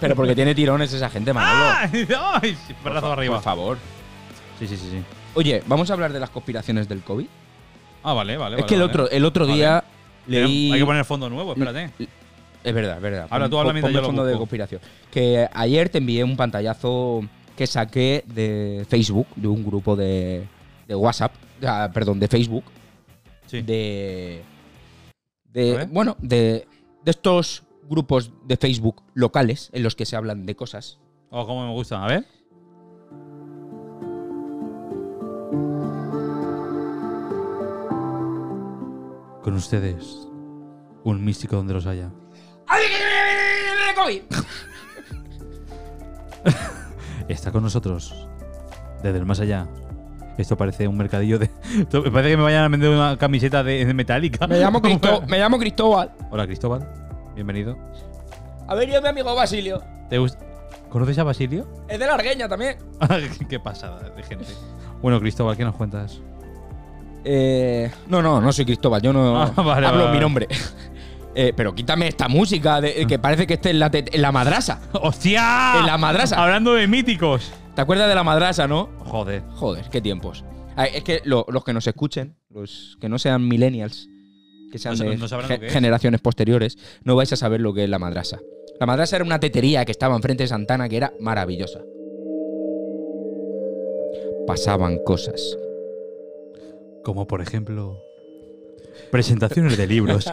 Speaker 1: Pero porque tiene tirones esa gente, Manolo.
Speaker 3: ¡Ah! ¡Ay! Brazo arriba.
Speaker 1: Por favor.
Speaker 3: Sí, sí, sí, sí.
Speaker 1: Oye, vamos a hablar de las conspiraciones del COVID.
Speaker 3: Ah, vale, vale.
Speaker 1: es que el otro, el otro día leí. Mm.
Speaker 3: Hay que poner fondo nuevo, espérate.
Speaker 1: Es verdad, es verdad.
Speaker 3: Habla
Speaker 1: Pon-
Speaker 3: tú, habla
Speaker 1: pon-
Speaker 3: mientras
Speaker 1: ponme
Speaker 3: yo lo
Speaker 1: fondo de
Speaker 3: busco.
Speaker 1: conspiración. Que ayer te envié un pantallazo que saqué de Facebook, de un grupo de, de WhatsApp, ah, perdón, de Facebook,
Speaker 3: Sí.
Speaker 1: de,
Speaker 3: A
Speaker 1: de
Speaker 3: ver.
Speaker 1: bueno, de, de estos grupos de Facebook locales en los que se hablan de cosas.
Speaker 3: Oh, cómo me gusta. A ver. Con ustedes, un místico donde los haya. Está con nosotros, desde el más allá. Esto parece un mercadillo de. Esto me parece que me vayan a vender una camiseta de, de metálica.
Speaker 1: Me llamo, Cristo- me llamo Cristóbal.
Speaker 3: Hola, Cristóbal. Bienvenido.
Speaker 1: Ha venido mi amigo Basilio.
Speaker 3: ¿Te gusta? ¿Conoces a Basilio?
Speaker 1: Es de la Argueña también.
Speaker 3: Qué pasada de gente. Bueno, Cristóbal, ¿qué nos cuentas?
Speaker 1: Eh, no, no, no soy Cristóbal, yo no
Speaker 3: Ah, vale,
Speaker 1: hablo
Speaker 3: vale, vale.
Speaker 1: mi nombre. Eh, pero quítame esta música de-
Speaker 3: Mm.
Speaker 1: que parece que esté en la, te- en la madrasa.
Speaker 3: ¡Hostia!
Speaker 1: En la madrasa.
Speaker 3: Hablando de míticos.
Speaker 1: ¿Te acuerdas de la madrasa, no?
Speaker 3: Joder.
Speaker 1: Joder, qué tiempos. Ah, Es que lo- los que nos escuchen, los que no sean millennials, que sean
Speaker 3: No sa-
Speaker 1: de
Speaker 3: no sabrán
Speaker 1: ge-
Speaker 3: lo que es.
Speaker 1: generaciones posteriores, no vais a saber lo que es la madrasa. La madrasa era una tetería que estaba enfrente de Santana que era maravillosa. Pasaban cosas.
Speaker 3: Como por ejemplo. Presentaciones de libros.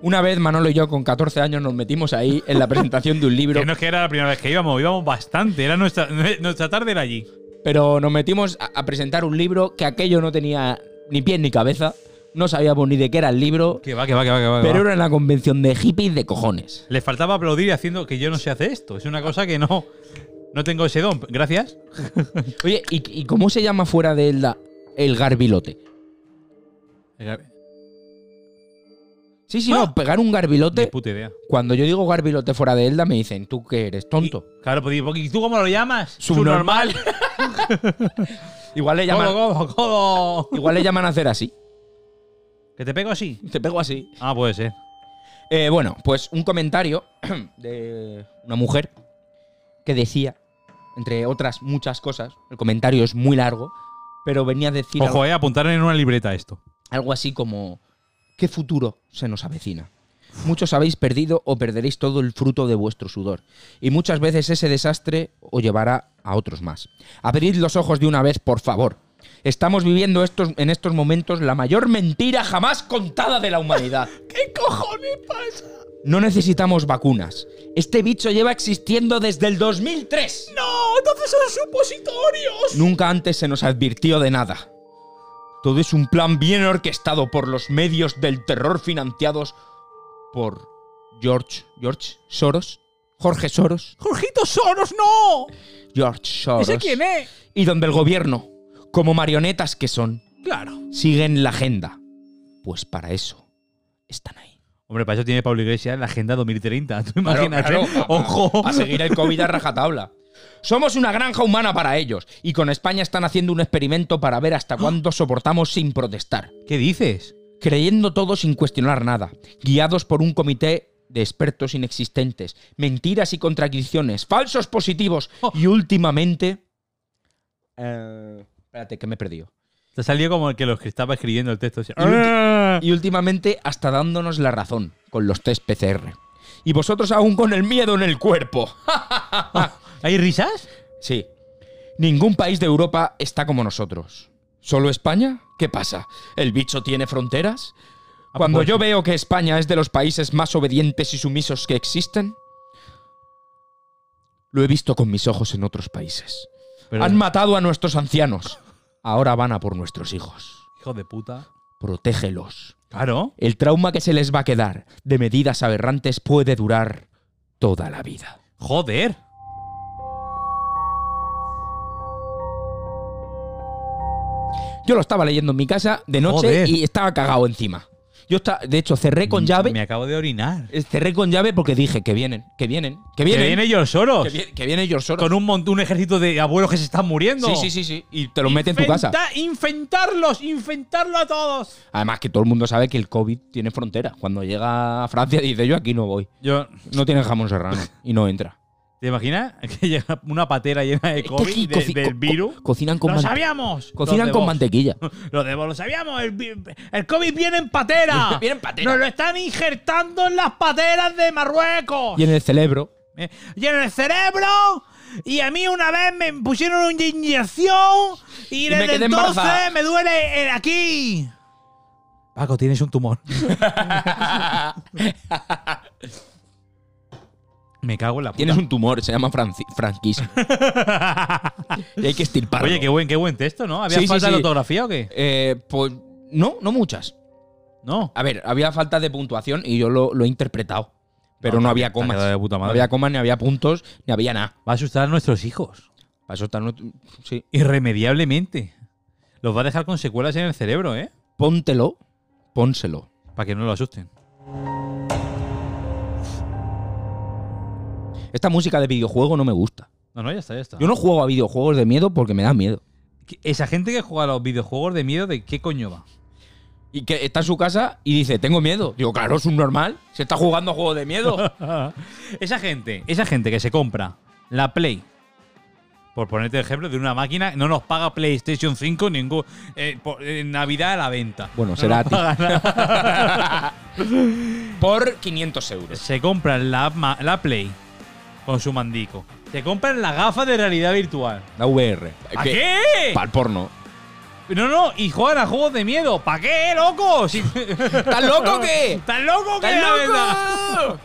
Speaker 1: Una vez Manolo y yo con 14 años nos metimos ahí en la presentación de un libro.
Speaker 3: que no es que era la primera vez que íbamos, íbamos bastante. Era nuestra, nuestra tarde era allí.
Speaker 1: Pero nos metimos a, a presentar un libro que aquello no tenía ni pies ni cabeza. No sabíamos ni de qué era el libro.
Speaker 3: Que va, que va, que va, que va. que
Speaker 1: Pero
Speaker 3: va.
Speaker 1: era una convención de hippies de cojones.
Speaker 3: Le faltaba aplaudir haciendo que yo no sé hacer esto. Es una cosa que no. No tengo ese don. Gracias.
Speaker 1: Oye, ¿y, y cómo se llama fuera de Elda el garbilote? Sí, sí,
Speaker 3: Ah.
Speaker 1: no, pegar un
Speaker 3: Ni
Speaker 1: garbilote.
Speaker 3: puta idea.
Speaker 1: Cuando yo digo garbilote fuera de Elda, me dicen, ¿tú qué eres, tonto?
Speaker 3: Y- claro, pues digo, ¿y tú cómo lo llamas?
Speaker 1: Subnormal. Igual le
Speaker 3: Subnormal.
Speaker 1: llaman,
Speaker 3: ¿Cómo, cómo, cómo?
Speaker 1: igual le llaman a hacer así.
Speaker 3: ¿Que te pego así?
Speaker 1: Te pego así.
Speaker 3: Ah, puede ser.
Speaker 1: Eh, bueno, pues un comentario de una mujer que decía, entre otras muchas cosas, el comentario es muy largo, pero venía a decir
Speaker 3: Ojo,
Speaker 1: algo,
Speaker 3: eh, apuntar en una libreta esto.
Speaker 1: algo así como, ¿qué futuro se nos avecina? Muchos habéis perdido o perderéis todo el fruto de vuestro sudor, y muchas veces ese desastre os llevará a otros más. Abrid los ojos de una vez, por favor. Estamos viviendo estos, en estos momentos la mayor mentira jamás contada de la humanidad.
Speaker 4: ¿Qué cojones pasa?
Speaker 1: No necesitamos vacunas. Este bicho lleva existiendo desde el 2003.
Speaker 4: No, entonces son supositorios
Speaker 1: Nunca antes se nos advirtió de nada. Todo es un plan bien orquestado por los medios del terror financiados por George George Soros, Jorge Soros,
Speaker 2: Jorgito Soros, no.
Speaker 1: George Soros.
Speaker 2: ¿Ese quién es?
Speaker 1: Y donde el gobierno, como marionetas que son,
Speaker 2: Claro.
Speaker 1: siguen la agenda. Pues para eso están ahí.
Speaker 2: Hombre, para eso tiene Pablo Iglesias la Agenda 2030. Tú imagínate.
Speaker 1: Claro, Ah, claro.
Speaker 2: Ojo.
Speaker 1: A seguir el COVID a rajatabla. Somos una granja humana para ellos y con España están haciendo un experimento para ver hasta cuándo soportamos sin protestar,
Speaker 2: ¿Qué dices?
Speaker 1: creyendo todo sin cuestionar nada, guiados por un comité de expertos inexistentes, mentiras y contradicciones, falsos positivos
Speaker 2: Oh.
Speaker 1: y últimamente... eh, espérate, que me he perdido.
Speaker 2: Te salió como el que los que estaba escribiendo el texto. decía,
Speaker 1: Y ulti-
Speaker 2: "Ah".
Speaker 1: Y últimamente hasta dándonos la razón con los test PCR. Y vosotros aún con el miedo en el cuerpo.
Speaker 2: ¿Hay risas?
Speaker 1: Sí. Ningún país de Europa está como nosotros. ¿Solo España? ¿Qué pasa? ¿El bicho tiene fronteras? Cuando
Speaker 2: pues.
Speaker 1: yo veo que España es de los países más obedientes y sumisos que existen, lo he visto con mis ojos en otros países.
Speaker 2: Pero-
Speaker 1: Han matado a nuestros ancianos. Ahora van a por nuestros hijos.
Speaker 2: Hijo de puta.
Speaker 1: Protégelos.
Speaker 2: Claro.
Speaker 1: El trauma que se les va a quedar de medidas aberrantes puede durar toda la vida.
Speaker 2: Joder.
Speaker 1: Yo lo estaba leyendo en mi casa de noche
Speaker 2: Joder. Mm,
Speaker 1: y estaba cagado encima. Yo esta- de hecho cerré con llave,
Speaker 2: Me acabo de orinar.
Speaker 1: eh, cerré con llave porque dije que vienen, que vienen, que
Speaker 2: Que
Speaker 1: vienen,
Speaker 2: viene George Soros.
Speaker 1: que viene, que viene George Soros.
Speaker 2: Con un, mont- un ejército de abuelos que se están muriendo.
Speaker 1: Sí, sí, sí, sí, y te lo mete en tu casa.
Speaker 2: Infenta- Infentarlos, infentarlo a todos.
Speaker 1: Además que todo el mundo sabe que el COVID tiene frontera. Cuando llega a Francia dice, "Yo aquí no voy."
Speaker 2: Yo,
Speaker 1: No tiene jamón serrano y no entra.
Speaker 2: ¿Te imaginas que llega una patera llena de
Speaker 1: Es que
Speaker 2: COVID,
Speaker 1: aquí
Speaker 2: de-
Speaker 1: coci-
Speaker 2: del
Speaker 1: co-
Speaker 2: virus?
Speaker 1: co- cocinan con
Speaker 2: ¡Lo
Speaker 1: mante-
Speaker 2: sabíamos!
Speaker 1: Cocinan con
Speaker 2: mantequilla.
Speaker 1: mantequilla.
Speaker 2: Lo de lo sabíamos, el, vi- el COVID viene en patera.
Speaker 1: Viene en patera.
Speaker 2: Nos lo están injertando en las pateras de Marruecos.
Speaker 1: Y en el cerebro
Speaker 2: Eh, Y en el cerebro. Y a mí una vez me pusieron una inyección y,
Speaker 1: Y me
Speaker 2: desde
Speaker 1: quedé
Speaker 2: entonces
Speaker 1: embarazada.
Speaker 2: me duele el aquí. Paco, tienes un tumor. me cago en la puta.
Speaker 1: Tienes un tumor, se llama franci- franquismo. y hay que estirparlo.
Speaker 2: Oye, qué buen, qué buen texto, ¿no? ¿Había
Speaker 1: Sí, sí,
Speaker 2: falta
Speaker 1: sí.
Speaker 2: de ortografía o qué?
Speaker 1: Eh, pues no, no muchas.
Speaker 2: No.
Speaker 1: A ver, había falta de puntuación y yo lo, lo he interpretado. Pero
Speaker 2: No,
Speaker 1: no,
Speaker 2: te ha-
Speaker 1: había
Speaker 2: te ha
Speaker 1: comas.
Speaker 2: quedado de puta
Speaker 1: No
Speaker 2: madre.
Speaker 1: había comas, ni había puntos, ni había nada.
Speaker 2: Va a asustar a nuestros hijos.
Speaker 1: Para eso está. no- Sí.
Speaker 2: Irremediablemente. Los va a dejar con secuelas en el cerebro, ¿eh?
Speaker 1: Póntelo, pónselo.
Speaker 2: Para que no lo asusten.
Speaker 1: Esta música de videojuego no me gusta.
Speaker 2: No, no, ya está, ya está.
Speaker 1: Yo no juego a videojuegos de miedo porque me da miedo.
Speaker 2: Esa gente que juega a los videojuegos de miedo, ¿de qué coño va?
Speaker 1: Y que está en su casa y dice, tengo miedo. Digo, claro, es un normal. Se está jugando a juego de miedo.
Speaker 2: esa gente, esa gente que se compra la Play. Por ponerte el ejemplo de una máquina, no nos paga PlayStation 5 ningún. eh, por- en Navidad a la venta.
Speaker 1: Bueno,
Speaker 2: No
Speaker 1: será
Speaker 2: nos
Speaker 1: a
Speaker 2: paga nada.
Speaker 1: Por 500 euros.
Speaker 2: Se compran la, ma- la Play con su mandico. Se compran la gafa de realidad virtual.
Speaker 1: La VR.
Speaker 2: ¿A
Speaker 1: Que-
Speaker 2: qué?
Speaker 1: Para el porno.
Speaker 2: No, no, y juegan a juegos de miedo. ¿Para qué, loco? Si-
Speaker 1: ¿Estás loco o qué?
Speaker 2: ¿Estás loco que
Speaker 1: ¡Estás
Speaker 2: la verdad?
Speaker 1: loco!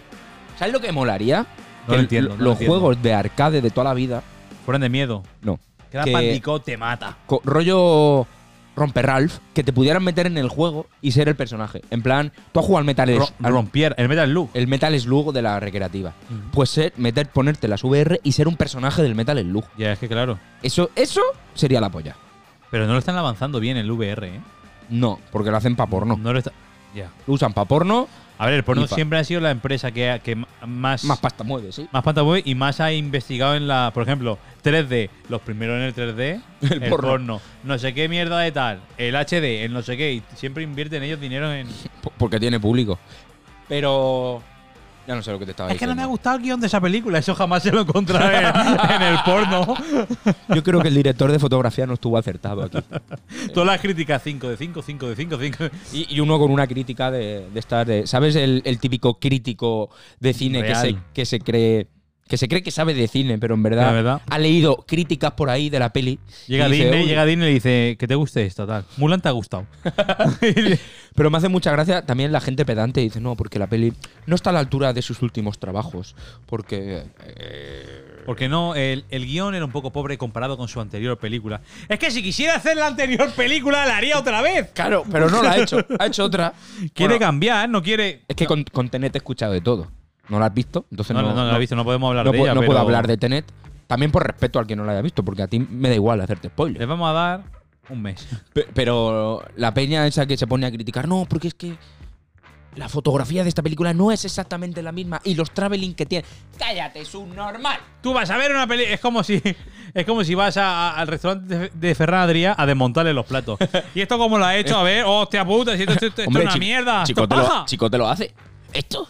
Speaker 1: ¿Sabes lo que molaría?
Speaker 2: No
Speaker 1: Que
Speaker 2: lo
Speaker 1: l-
Speaker 2: entiendo, no lo
Speaker 1: los
Speaker 2: entiendo.
Speaker 1: juegos de arcade de toda la vida.
Speaker 2: Fueran de miedo.
Speaker 1: No.
Speaker 2: Cada
Speaker 1: que-
Speaker 2: pandico te mata.
Speaker 1: co- rollo romper Ralph, que te pudieran meter en el juego y ser el personaje. En plan, tú has jugado al Metal,
Speaker 2: Ro-
Speaker 1: Slug- al-
Speaker 2: rompier, el Metal Slug.
Speaker 1: el Metal Slug de la recreativa. Pues ser, meter, ponerte las VR y ser un personaje del Metal Slug.
Speaker 2: Ya, es que claro.
Speaker 1: Eso, eso sería la polla.
Speaker 2: Pero no lo están avanzando bien el VR, ¿eh?
Speaker 1: No, porque lo hacen para porno.
Speaker 2: No lo está. Ya.
Speaker 1: Lo usan para porno,
Speaker 2: A ver, el porno
Speaker 1: Y pa-
Speaker 2: siempre ha sido la empresa que, ha- que ma- más.
Speaker 1: más pasta mueve, ¿sí?
Speaker 2: más pata mueve y más ha investigado en la. Por ejemplo, 3D. Los primeros en el 3D.
Speaker 1: El porno.
Speaker 2: No sé qué mierda de tal. El HD, el no sé qué. Y siempre invierten ellos dinero en.
Speaker 1: P- Porque tiene público. Pero. Ya no sé lo que te estaba
Speaker 2: Es que no me ha
Speaker 1: diciendo.
Speaker 2: gustado el guión de esa película. Eso jamás se lo encontraré en, en el porno.
Speaker 1: Yo creo que el director de fotografía no estuvo acertado aquí.
Speaker 2: Todas las críticas 5 de 5, 5 de 5, 5.
Speaker 1: Y, y uno con una crítica de, de estas de. ¿Sabes el, el típico crítico de cine que
Speaker 2: Real.
Speaker 1: se, que se cree. Que se cree que sabe de cine, pero en verdad,
Speaker 2: La verdad.
Speaker 1: ha leído críticas por ahí de la peli.
Speaker 2: Llega
Speaker 1: y dice,
Speaker 2: Disney,
Speaker 1: "Uy".
Speaker 2: llega Disney y le dice que te guste esto, tal. Mulan te ha gustado.
Speaker 1: Pero me hace mucha gracia también la gente pedante y dice, no, porque la peli no está a la altura de sus últimos trabajos. Porque. eh,
Speaker 2: Porque no, el, el guión era un poco pobre comparado con su anterior película. Es que si quisiera hacer la anterior película, la haría otra vez.
Speaker 1: claro, pero no la ha hecho. Ha hecho otra.
Speaker 2: Quiere
Speaker 1: Bueno,
Speaker 2: cambiar, no quiere.
Speaker 1: Es que con, con Tenet he escuchado de todo. ¿No la has visto? Entonces
Speaker 2: No,
Speaker 1: no,
Speaker 2: no, no, la he visto, no podemos hablar
Speaker 1: no
Speaker 2: de
Speaker 1: puedo-
Speaker 2: ella.
Speaker 1: no
Speaker 2: pero
Speaker 1: puedo hablar de Tenet. También por respeto al que no la haya visto, porque a ti me da igual hacerte spoiler.
Speaker 2: Les vamos a dar un mes.
Speaker 1: Pe- Pero la peña esa que se pone a criticar, no, porque es que la fotografía de esta película no es exactamente la misma y los traveling que tiene. ¡Cállate, subnormal!
Speaker 2: Tú vas a ver una peli. Es como si, es como si vas a- a- al restaurante de, de Ferran Adrià a desmontarle los platos. y esto como lo ha hecho, a ver, hostia puta, si esto, esto- esto es una
Speaker 1: chi-
Speaker 2: mierda.
Speaker 1: Chico
Speaker 2: esto
Speaker 1: te,
Speaker 2: es
Speaker 1: lo,
Speaker 2: paja.
Speaker 1: chico te lo hace. ¿Esto?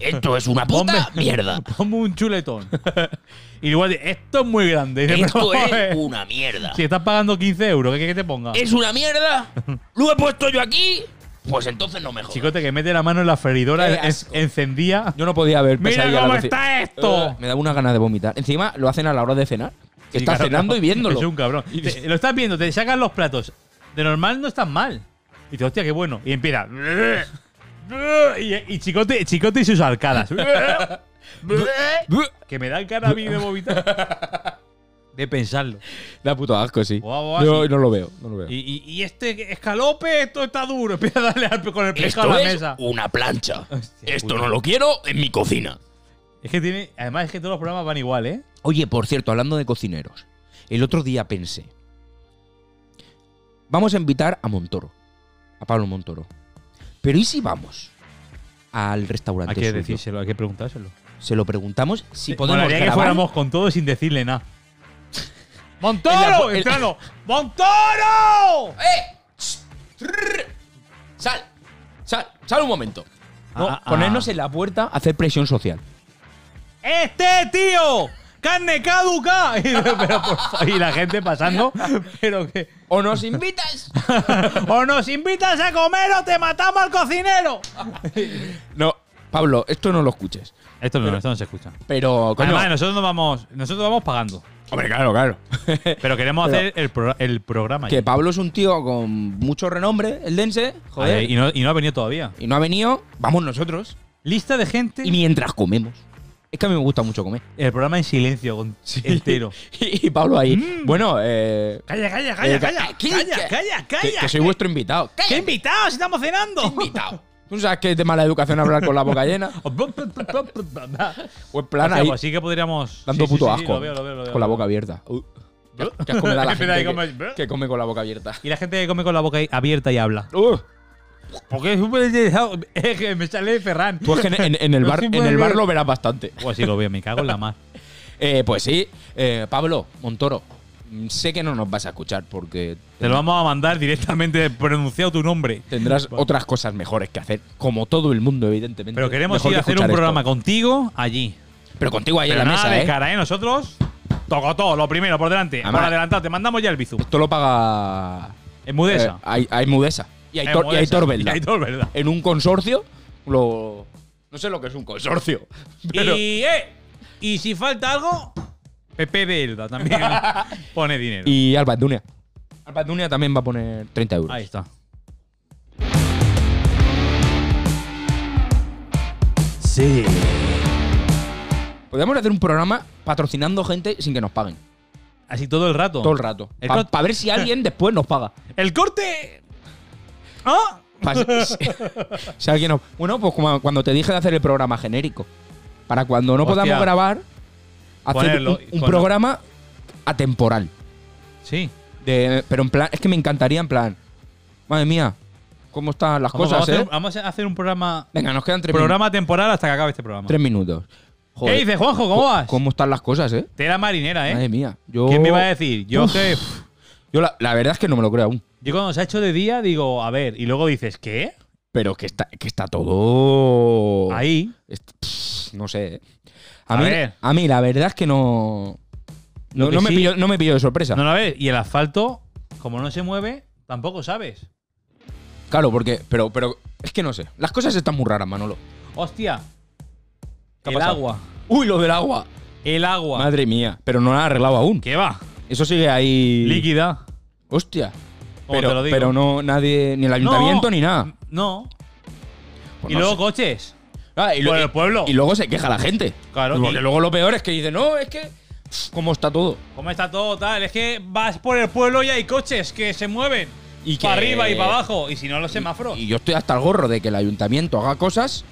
Speaker 1: Esto es una puta
Speaker 2: Ponme-
Speaker 1: mierda.
Speaker 2: Ponme un chuletón. y igual, dice, esto es muy grande. Y dice,
Speaker 1: Esto
Speaker 2: pero,
Speaker 1: es
Speaker 2: joder,
Speaker 1: una mierda.
Speaker 2: Si estás pagando 15 euros, ¿qué quieres que te ponga?
Speaker 1: eh. ¿Es una mierda? ¿Lo he puesto yo aquí? Pues entonces no me jodas.
Speaker 2: Chicote que mete la mano en la
Speaker 1: Qué
Speaker 2: feridora,
Speaker 1: asco.
Speaker 2: encendía.
Speaker 1: Yo no podía ver
Speaker 2: Mira
Speaker 1: Pesadilla en
Speaker 2: cómo
Speaker 1: la cocina.
Speaker 2: está esto.
Speaker 1: Eh, me da una gana de vomitar. Encima lo hacen a la hora de cenar. Que estás cenando y viéndolo.
Speaker 2: Es un cabrón.
Speaker 1: Y
Speaker 2: Te- lo estás viendo, te sacan los platos. De normal no estás mal. Y dices, hostia, qué bueno. Y empieza. Y, y chicote, chicote y sus arcadas. que me da el cara a mí de vomitar. De pensarlo.
Speaker 1: Da puto asco, sí.
Speaker 2: Guau, guau,
Speaker 1: Yo
Speaker 2: sí.
Speaker 1: no lo veo, no lo veo.
Speaker 2: Y, y- y este escalope, esto está duro. Empieza a darle al- con el pescado
Speaker 1: Esto
Speaker 2: a la
Speaker 1: es
Speaker 2: mesa.
Speaker 1: una plancha.
Speaker 2: Hostia,
Speaker 1: Esto
Speaker 2: puta.
Speaker 1: no lo quiero en mi cocina.
Speaker 2: Es que tiene. Además, es que todos los programas van igual, ¿eh?
Speaker 1: Oye, por cierto, hablando de cocineros, el otro día pensé. Vamos a invitar a Montoro, a Pablo Montoro. Pero ¿y si vamos al restaurante?
Speaker 2: Hay que
Speaker 1: suyo?
Speaker 2: decírselo, hay que preguntárselo.
Speaker 1: Se lo preguntamos si podemos
Speaker 2: Molaría que
Speaker 1: grabar.
Speaker 2: fuéramos con todo sin decirle nada.
Speaker 1: En la pu-
Speaker 2: ¡Montoro!
Speaker 1: en-
Speaker 2: ¡Entrando! ¡Montoro!
Speaker 1: ¡Eh! Shh. Trrr. ¡Sal! ¡Sal! ¡Sal un momento! No,
Speaker 2: Ah, ah.
Speaker 1: ponernos en la puerta, hacer presión social.
Speaker 2: ¡Este tío! ¡Carne caduca! Y, pero, por fa- y la gente pasando. Pero que.
Speaker 1: ¡O nos invitas!
Speaker 2: O nos invitas a comer o te matamos al cocinero.
Speaker 1: no, Pablo, esto no lo escuches.
Speaker 2: Esto no, esto no se escucha.
Speaker 1: Pero, coño.
Speaker 2: Además, nosotros no vamos. Nosotros vamos pagando.
Speaker 1: Hombre, claro, claro.
Speaker 2: Pero queremos
Speaker 1: Pero-
Speaker 2: hacer el, pro- el programa.
Speaker 1: que
Speaker 2: ya.
Speaker 1: Pablo es un tío con mucho renombre, el dense, joder.
Speaker 2: Ay, y, no, y no ha venido todavía.
Speaker 1: y no ha venido, vamos nosotros.
Speaker 2: Lista de gente.
Speaker 1: Y mientras comemos. Es que a mí me gusta mucho comer.
Speaker 2: el programa en silencio con- entero. Mm.
Speaker 1: y Pablo ahí. Bueno, eh.
Speaker 2: Calla, calla,
Speaker 1: eh, ca-
Speaker 2: calla, calla.
Speaker 1: ¿qué-
Speaker 2: Calla,
Speaker 1: qué-
Speaker 2: calla,
Speaker 1: que-
Speaker 2: calla.
Speaker 1: Que soy vuestro invitado.
Speaker 2: ¡Qué
Speaker 1: Cállate,
Speaker 2: invitados! ¡Estamos cenando!
Speaker 1: invitado? ¿Tú sabes que es de mala educación hablar con la boca llena? O en plan
Speaker 2: Hostia,
Speaker 1: ahí,
Speaker 2: pues sí que podríamos.
Speaker 1: dando
Speaker 2: sí, sí,
Speaker 1: puto
Speaker 2: sí, sí,
Speaker 1: asco.
Speaker 2: lo veo, lo veo, lo veo,
Speaker 1: con la
Speaker 2: lo
Speaker 1: boca
Speaker 2: veo.
Speaker 1: abierta. Uh, que- que has comido a la
Speaker 2: Empieza ahí
Speaker 1: gente que,
Speaker 2: como-
Speaker 1: que come con la boca abierta.
Speaker 2: Y la gente que come con la boca abierta y habla.
Speaker 1: Uh,
Speaker 2: Porque es súper interesado. Es que me sale Ferran.
Speaker 1: tú es que en, en- en el
Speaker 2: No
Speaker 1: bar,
Speaker 2: se
Speaker 1: en
Speaker 2: puede
Speaker 1: el bar
Speaker 2: ver.
Speaker 1: lo verás bastante.
Speaker 2: Pues sí, lo veo, me cago en la mar.
Speaker 1: Eh, pues sí, eh, Pablo Montoro, mm, sé que no nos vas a escuchar porque
Speaker 2: Te lo vamos a mandar directamente pronunciado tu nombre.
Speaker 1: tendrás otras cosas mejores que hacer, como todo el mundo, evidentemente.
Speaker 2: Pero queremos
Speaker 1: Mejor
Speaker 2: ir a
Speaker 1: que
Speaker 2: hacer un
Speaker 1: escuchar
Speaker 2: programa
Speaker 1: esto.
Speaker 2: contigo allí.
Speaker 1: Pero contigo ahí en
Speaker 2: Pero
Speaker 1: la
Speaker 2: nada
Speaker 1: mesa,
Speaker 2: de
Speaker 1: ¿eh?
Speaker 2: cara, ¿eh? Nosotros. Toco todo, lo primero, por delante.
Speaker 1: Además-
Speaker 2: por adelantado, te mandamos ya el bizu.
Speaker 1: Esto lo paga.
Speaker 2: En Mudesa.
Speaker 1: eh, hay, hay Mudesa.
Speaker 2: Eh,
Speaker 1: Y hay, Tor- y hay Torvelda.
Speaker 2: Y Aitor Belda.
Speaker 1: En un consorcio, lo. No sé lo que es un consorcio. Pero
Speaker 2: Y, eh, y si falta algo, Pepe Belda también ¿eh? pone dinero.
Speaker 1: Y Albert Dunia. Albert Dunia también va a poner 30 euros.
Speaker 2: Ahí está.
Speaker 7: Sí.
Speaker 1: Podríamos hacer un programa patrocinando gente sin que nos paguen.
Speaker 2: Así todo el rato.
Speaker 1: Todo el rato.
Speaker 2: El
Speaker 1: Para
Speaker 2: cont-
Speaker 1: ver si alguien después nos paga.
Speaker 2: El corte. ¿Ah?
Speaker 1: Pa- si, si alguien nos- Bueno, pues como cuando te dije de hacer el programa genérico. Para cuando no
Speaker 2: Hostia.
Speaker 1: podamos grabar, hacer
Speaker 2: Ponerlo,
Speaker 1: un, un
Speaker 2: con-
Speaker 1: programa atemporal.
Speaker 2: Sí.
Speaker 1: De- pero en plan, es que me encantaría en plan. Madre mía, cómo están las
Speaker 2: Vamos,
Speaker 1: cosas,
Speaker 2: vamos a
Speaker 1: eh.
Speaker 2: hacer, vamos a hacer un programa
Speaker 1: Venga, nos quedan tres,
Speaker 2: programa temporal hasta que acabe este programa.
Speaker 1: minu- tres minutos.
Speaker 2: ¿Qué dices, Juanjo? ¿Cómo vas?
Speaker 1: ¿Cómo están las cosas, eh?
Speaker 2: Tela marinera,
Speaker 1: Madre
Speaker 2: ¿eh?
Speaker 1: mía. Yo,
Speaker 2: ¿Quién me iba a decir? Yo
Speaker 1: Oh. Uf.
Speaker 2: que.
Speaker 1: Yo la, la verdad es que no me lo creo aún.
Speaker 2: Yo cuando se ha hecho de día digo, a ver, y luego dices, ¿qué?
Speaker 1: Pero que está, que está todo.
Speaker 2: Ahí.
Speaker 1: Est- pff, no sé. eh. A,
Speaker 2: A
Speaker 1: mí,
Speaker 2: ver.
Speaker 1: a mí, la verdad es que no.
Speaker 2: Lo
Speaker 1: No,
Speaker 2: que
Speaker 1: no me
Speaker 2: sí-
Speaker 1: pilló, no me pilló de sorpresa.
Speaker 2: No la ves. Y el asfalto, como no se mueve, tampoco sabes.
Speaker 1: Claro, porque. Pero, pero. Es que no sé. Las cosas están muy raras, Manolo.
Speaker 2: Hostia.
Speaker 1: ¿Qué ha
Speaker 2: El
Speaker 1: pasado?
Speaker 2: agua.
Speaker 1: ¡Uy, lo del agua!
Speaker 2: El agua.
Speaker 1: Madre mía. Pero no la han arreglado aún.
Speaker 2: ¿Qué va?
Speaker 1: Eso sigue ahí.
Speaker 2: Líquida.
Speaker 1: Hostia.
Speaker 2: Como te
Speaker 1: Pero,
Speaker 2: lo digo.
Speaker 1: pero no nadie. Ni el ayuntamiento ni nada.
Speaker 2: No.
Speaker 1: Pues
Speaker 2: y
Speaker 1: no
Speaker 2: luego
Speaker 1: sé.
Speaker 2: coches.
Speaker 1: Ah, y,
Speaker 2: por el pueblo.
Speaker 1: y luego se queja la gente.
Speaker 2: Claro,
Speaker 1: Porque
Speaker 2: y-
Speaker 1: luego lo peor es que dice, no, es que. pff, ¿Cómo está todo?
Speaker 2: ¿Cómo está todo tal? Es que vas por el pueblo y hay coches que se mueven.
Speaker 1: Y
Speaker 2: Para
Speaker 1: que-
Speaker 2: arriba y para abajo. Y si no, los semáforos.
Speaker 1: Y yo estoy hasta el gorro de que el ayuntamiento haga cosas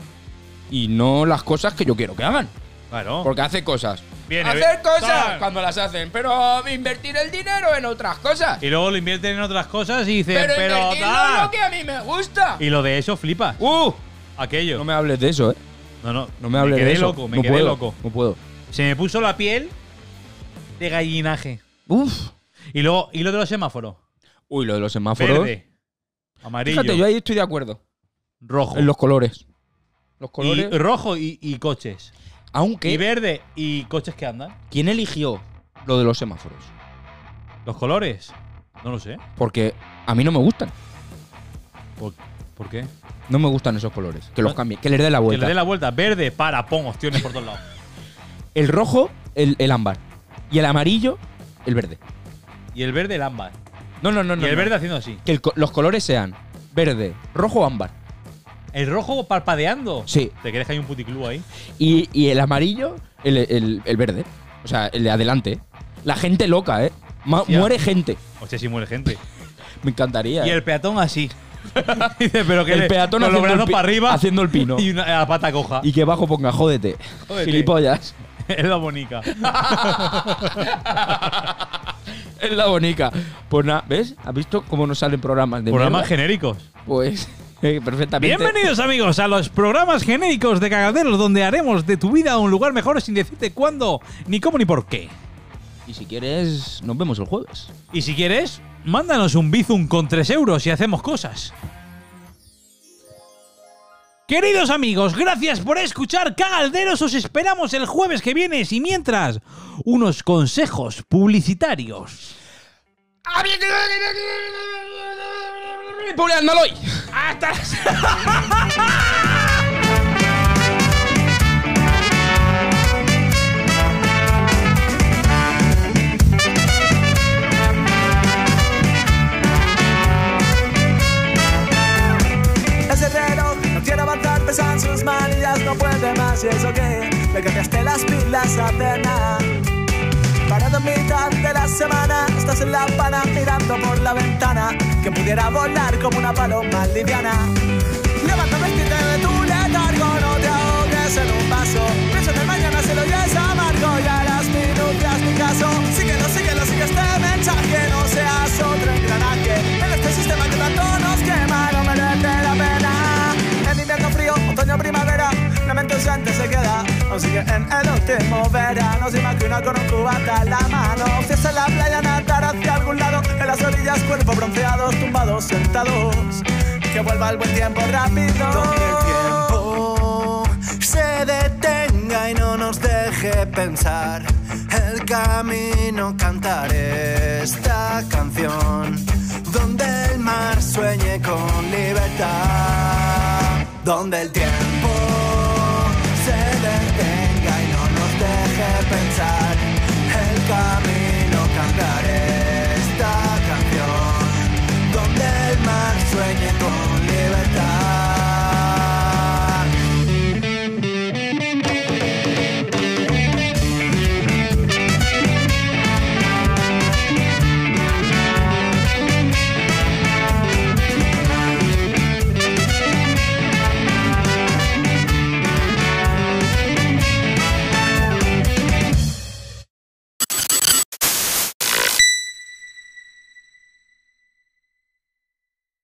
Speaker 1: y no las cosas que yo quiero que hagan.
Speaker 2: claro.
Speaker 1: Porque hace cosas.
Speaker 2: Viene,
Speaker 1: hacer
Speaker 2: ve-
Speaker 1: cosas
Speaker 2: tal.
Speaker 1: cuando las hacen, pero invertir el dinero en otras cosas.
Speaker 2: Y luego lo invierten en otras cosas y dicen,
Speaker 1: pero
Speaker 2: pero,
Speaker 1: invertirlo en
Speaker 2: tal.
Speaker 1: lo que a mí me gusta.
Speaker 2: Y lo de eso flipas.
Speaker 1: ¡Uh!
Speaker 2: Aquello.
Speaker 1: No me hables de eso, ¿eh?
Speaker 2: no, no,
Speaker 1: No me hables
Speaker 2: quedé
Speaker 1: de eso.
Speaker 2: loco, me
Speaker 1: no
Speaker 2: quedé
Speaker 1: puedo,
Speaker 2: loco.
Speaker 1: No puedo.
Speaker 2: Se me puso la piel de gallinaje.
Speaker 1: Uf.
Speaker 2: Y luego, y lo de los semáforos.
Speaker 1: Uy, lo de los semáforos.
Speaker 2: Verde, amarillo,
Speaker 1: Fíjate, yo ahí estoy de acuerdo.
Speaker 2: rojo.
Speaker 1: En los colores. Los
Speaker 2: y
Speaker 1: colores.
Speaker 2: rojo y, y coches.
Speaker 1: aunque.
Speaker 2: Y verde y coches que andan.
Speaker 1: ¿Quién eligió lo de los semáforos?
Speaker 2: Los colores. No lo sé.
Speaker 1: Porque a mí no me gustan.
Speaker 2: ¿Por, por qué?
Speaker 1: No me gustan esos colores. Que los
Speaker 2: Bueno,
Speaker 1: cambien, que les dé la
Speaker 2: Ah, Que le
Speaker 1: vuelta.
Speaker 2: dé la vuelta. Verde, para, pon opciones por todos lados.
Speaker 1: El rojo, el, el ámbar. Y el amarillo, el verde.
Speaker 2: Y el verde, el ámbar.
Speaker 1: No, no, no,
Speaker 2: Y
Speaker 1: no.
Speaker 2: el
Speaker 1: no.
Speaker 2: verde haciendo así.
Speaker 1: Que el co- los colores sean verde, rojo, ámbar.
Speaker 2: El rojo parpadeando.
Speaker 1: Sí.
Speaker 2: ¿Te crees que hay un puticlub ahí?
Speaker 1: Y, y el amarillo, el, el- el verde. O sea, el de adelante. ¿eh? La gente loca, ¿eh? Ma-
Speaker 2: Hostia.
Speaker 1: Muere gente.
Speaker 2: Hostia, si muere gente.
Speaker 1: Me encantaría.
Speaker 2: Y
Speaker 1: ¿eh?
Speaker 2: el peatón así. Dice, pero que
Speaker 1: El
Speaker 2: le-
Speaker 1: peatón
Speaker 2: con los
Speaker 1: haciendo el
Speaker 2: brazos
Speaker 1: pi-
Speaker 2: para arriba.
Speaker 1: haciendo el pino.
Speaker 2: Y una, la pata coja.
Speaker 1: Y que bajo ponga, jódete.
Speaker 2: Jódete.
Speaker 1: Gilipollas.
Speaker 2: es la bonica.
Speaker 1: Es la bonica. Pues nada, ¿ves? ¿Has visto cómo nos salen programas de
Speaker 2: Programas
Speaker 1: mierda?
Speaker 2: genéricos.
Speaker 1: Pues eh, perfectamente.
Speaker 3: Bienvenidos amigos a los programas genéricos de Cagaderos donde haremos de tu vida un lugar mejor sin decirte cuándo, ni cómo, ni por qué.
Speaker 1: Y si quieres, nos vemos el jueves.
Speaker 3: Y si quieres, mándanos un bizum con 3 euros y hacemos cosas. Queridos amigos, gracias por escuchar Cagalderos. Os esperamos el jueves que viene. Y mientras, unos consejos publicitarios.
Speaker 1: ¡Puleándolo hoy!
Speaker 8: Ese reloj no quiere avanzar, pesan sus manillas, no puede más y eso que le cambiaste las pilas a cena. Parado en mitad de la semana, estás en la pana mirando por la ventana, que pudiera volar como una paloma liviana. Levanta vestite de tu letargo, no te ahogues en un vaso. Piensa en el mañana si lo oyes amargo y a las minutas mi caso. Síguelo, síguelo, sigue este mensaje, no seas otro engranaje. En este sistema que tanto nos quema, no merece la pena. En invierno frío, otoño, primavera, la mente ausente se queda. Aún sigue en el último verano, se imagina con un cubata en la mano. Fiesta en la playa, nadar hacia algún lado. En las orillas, cuerpo bronceados, tumbados, sentados. Que vuelva el buen tiempo rápido.
Speaker 9: tiempo se detenga y no nos deje pensar el camino cantar esta canción donde el mar sueñe con libertad donde el tiempo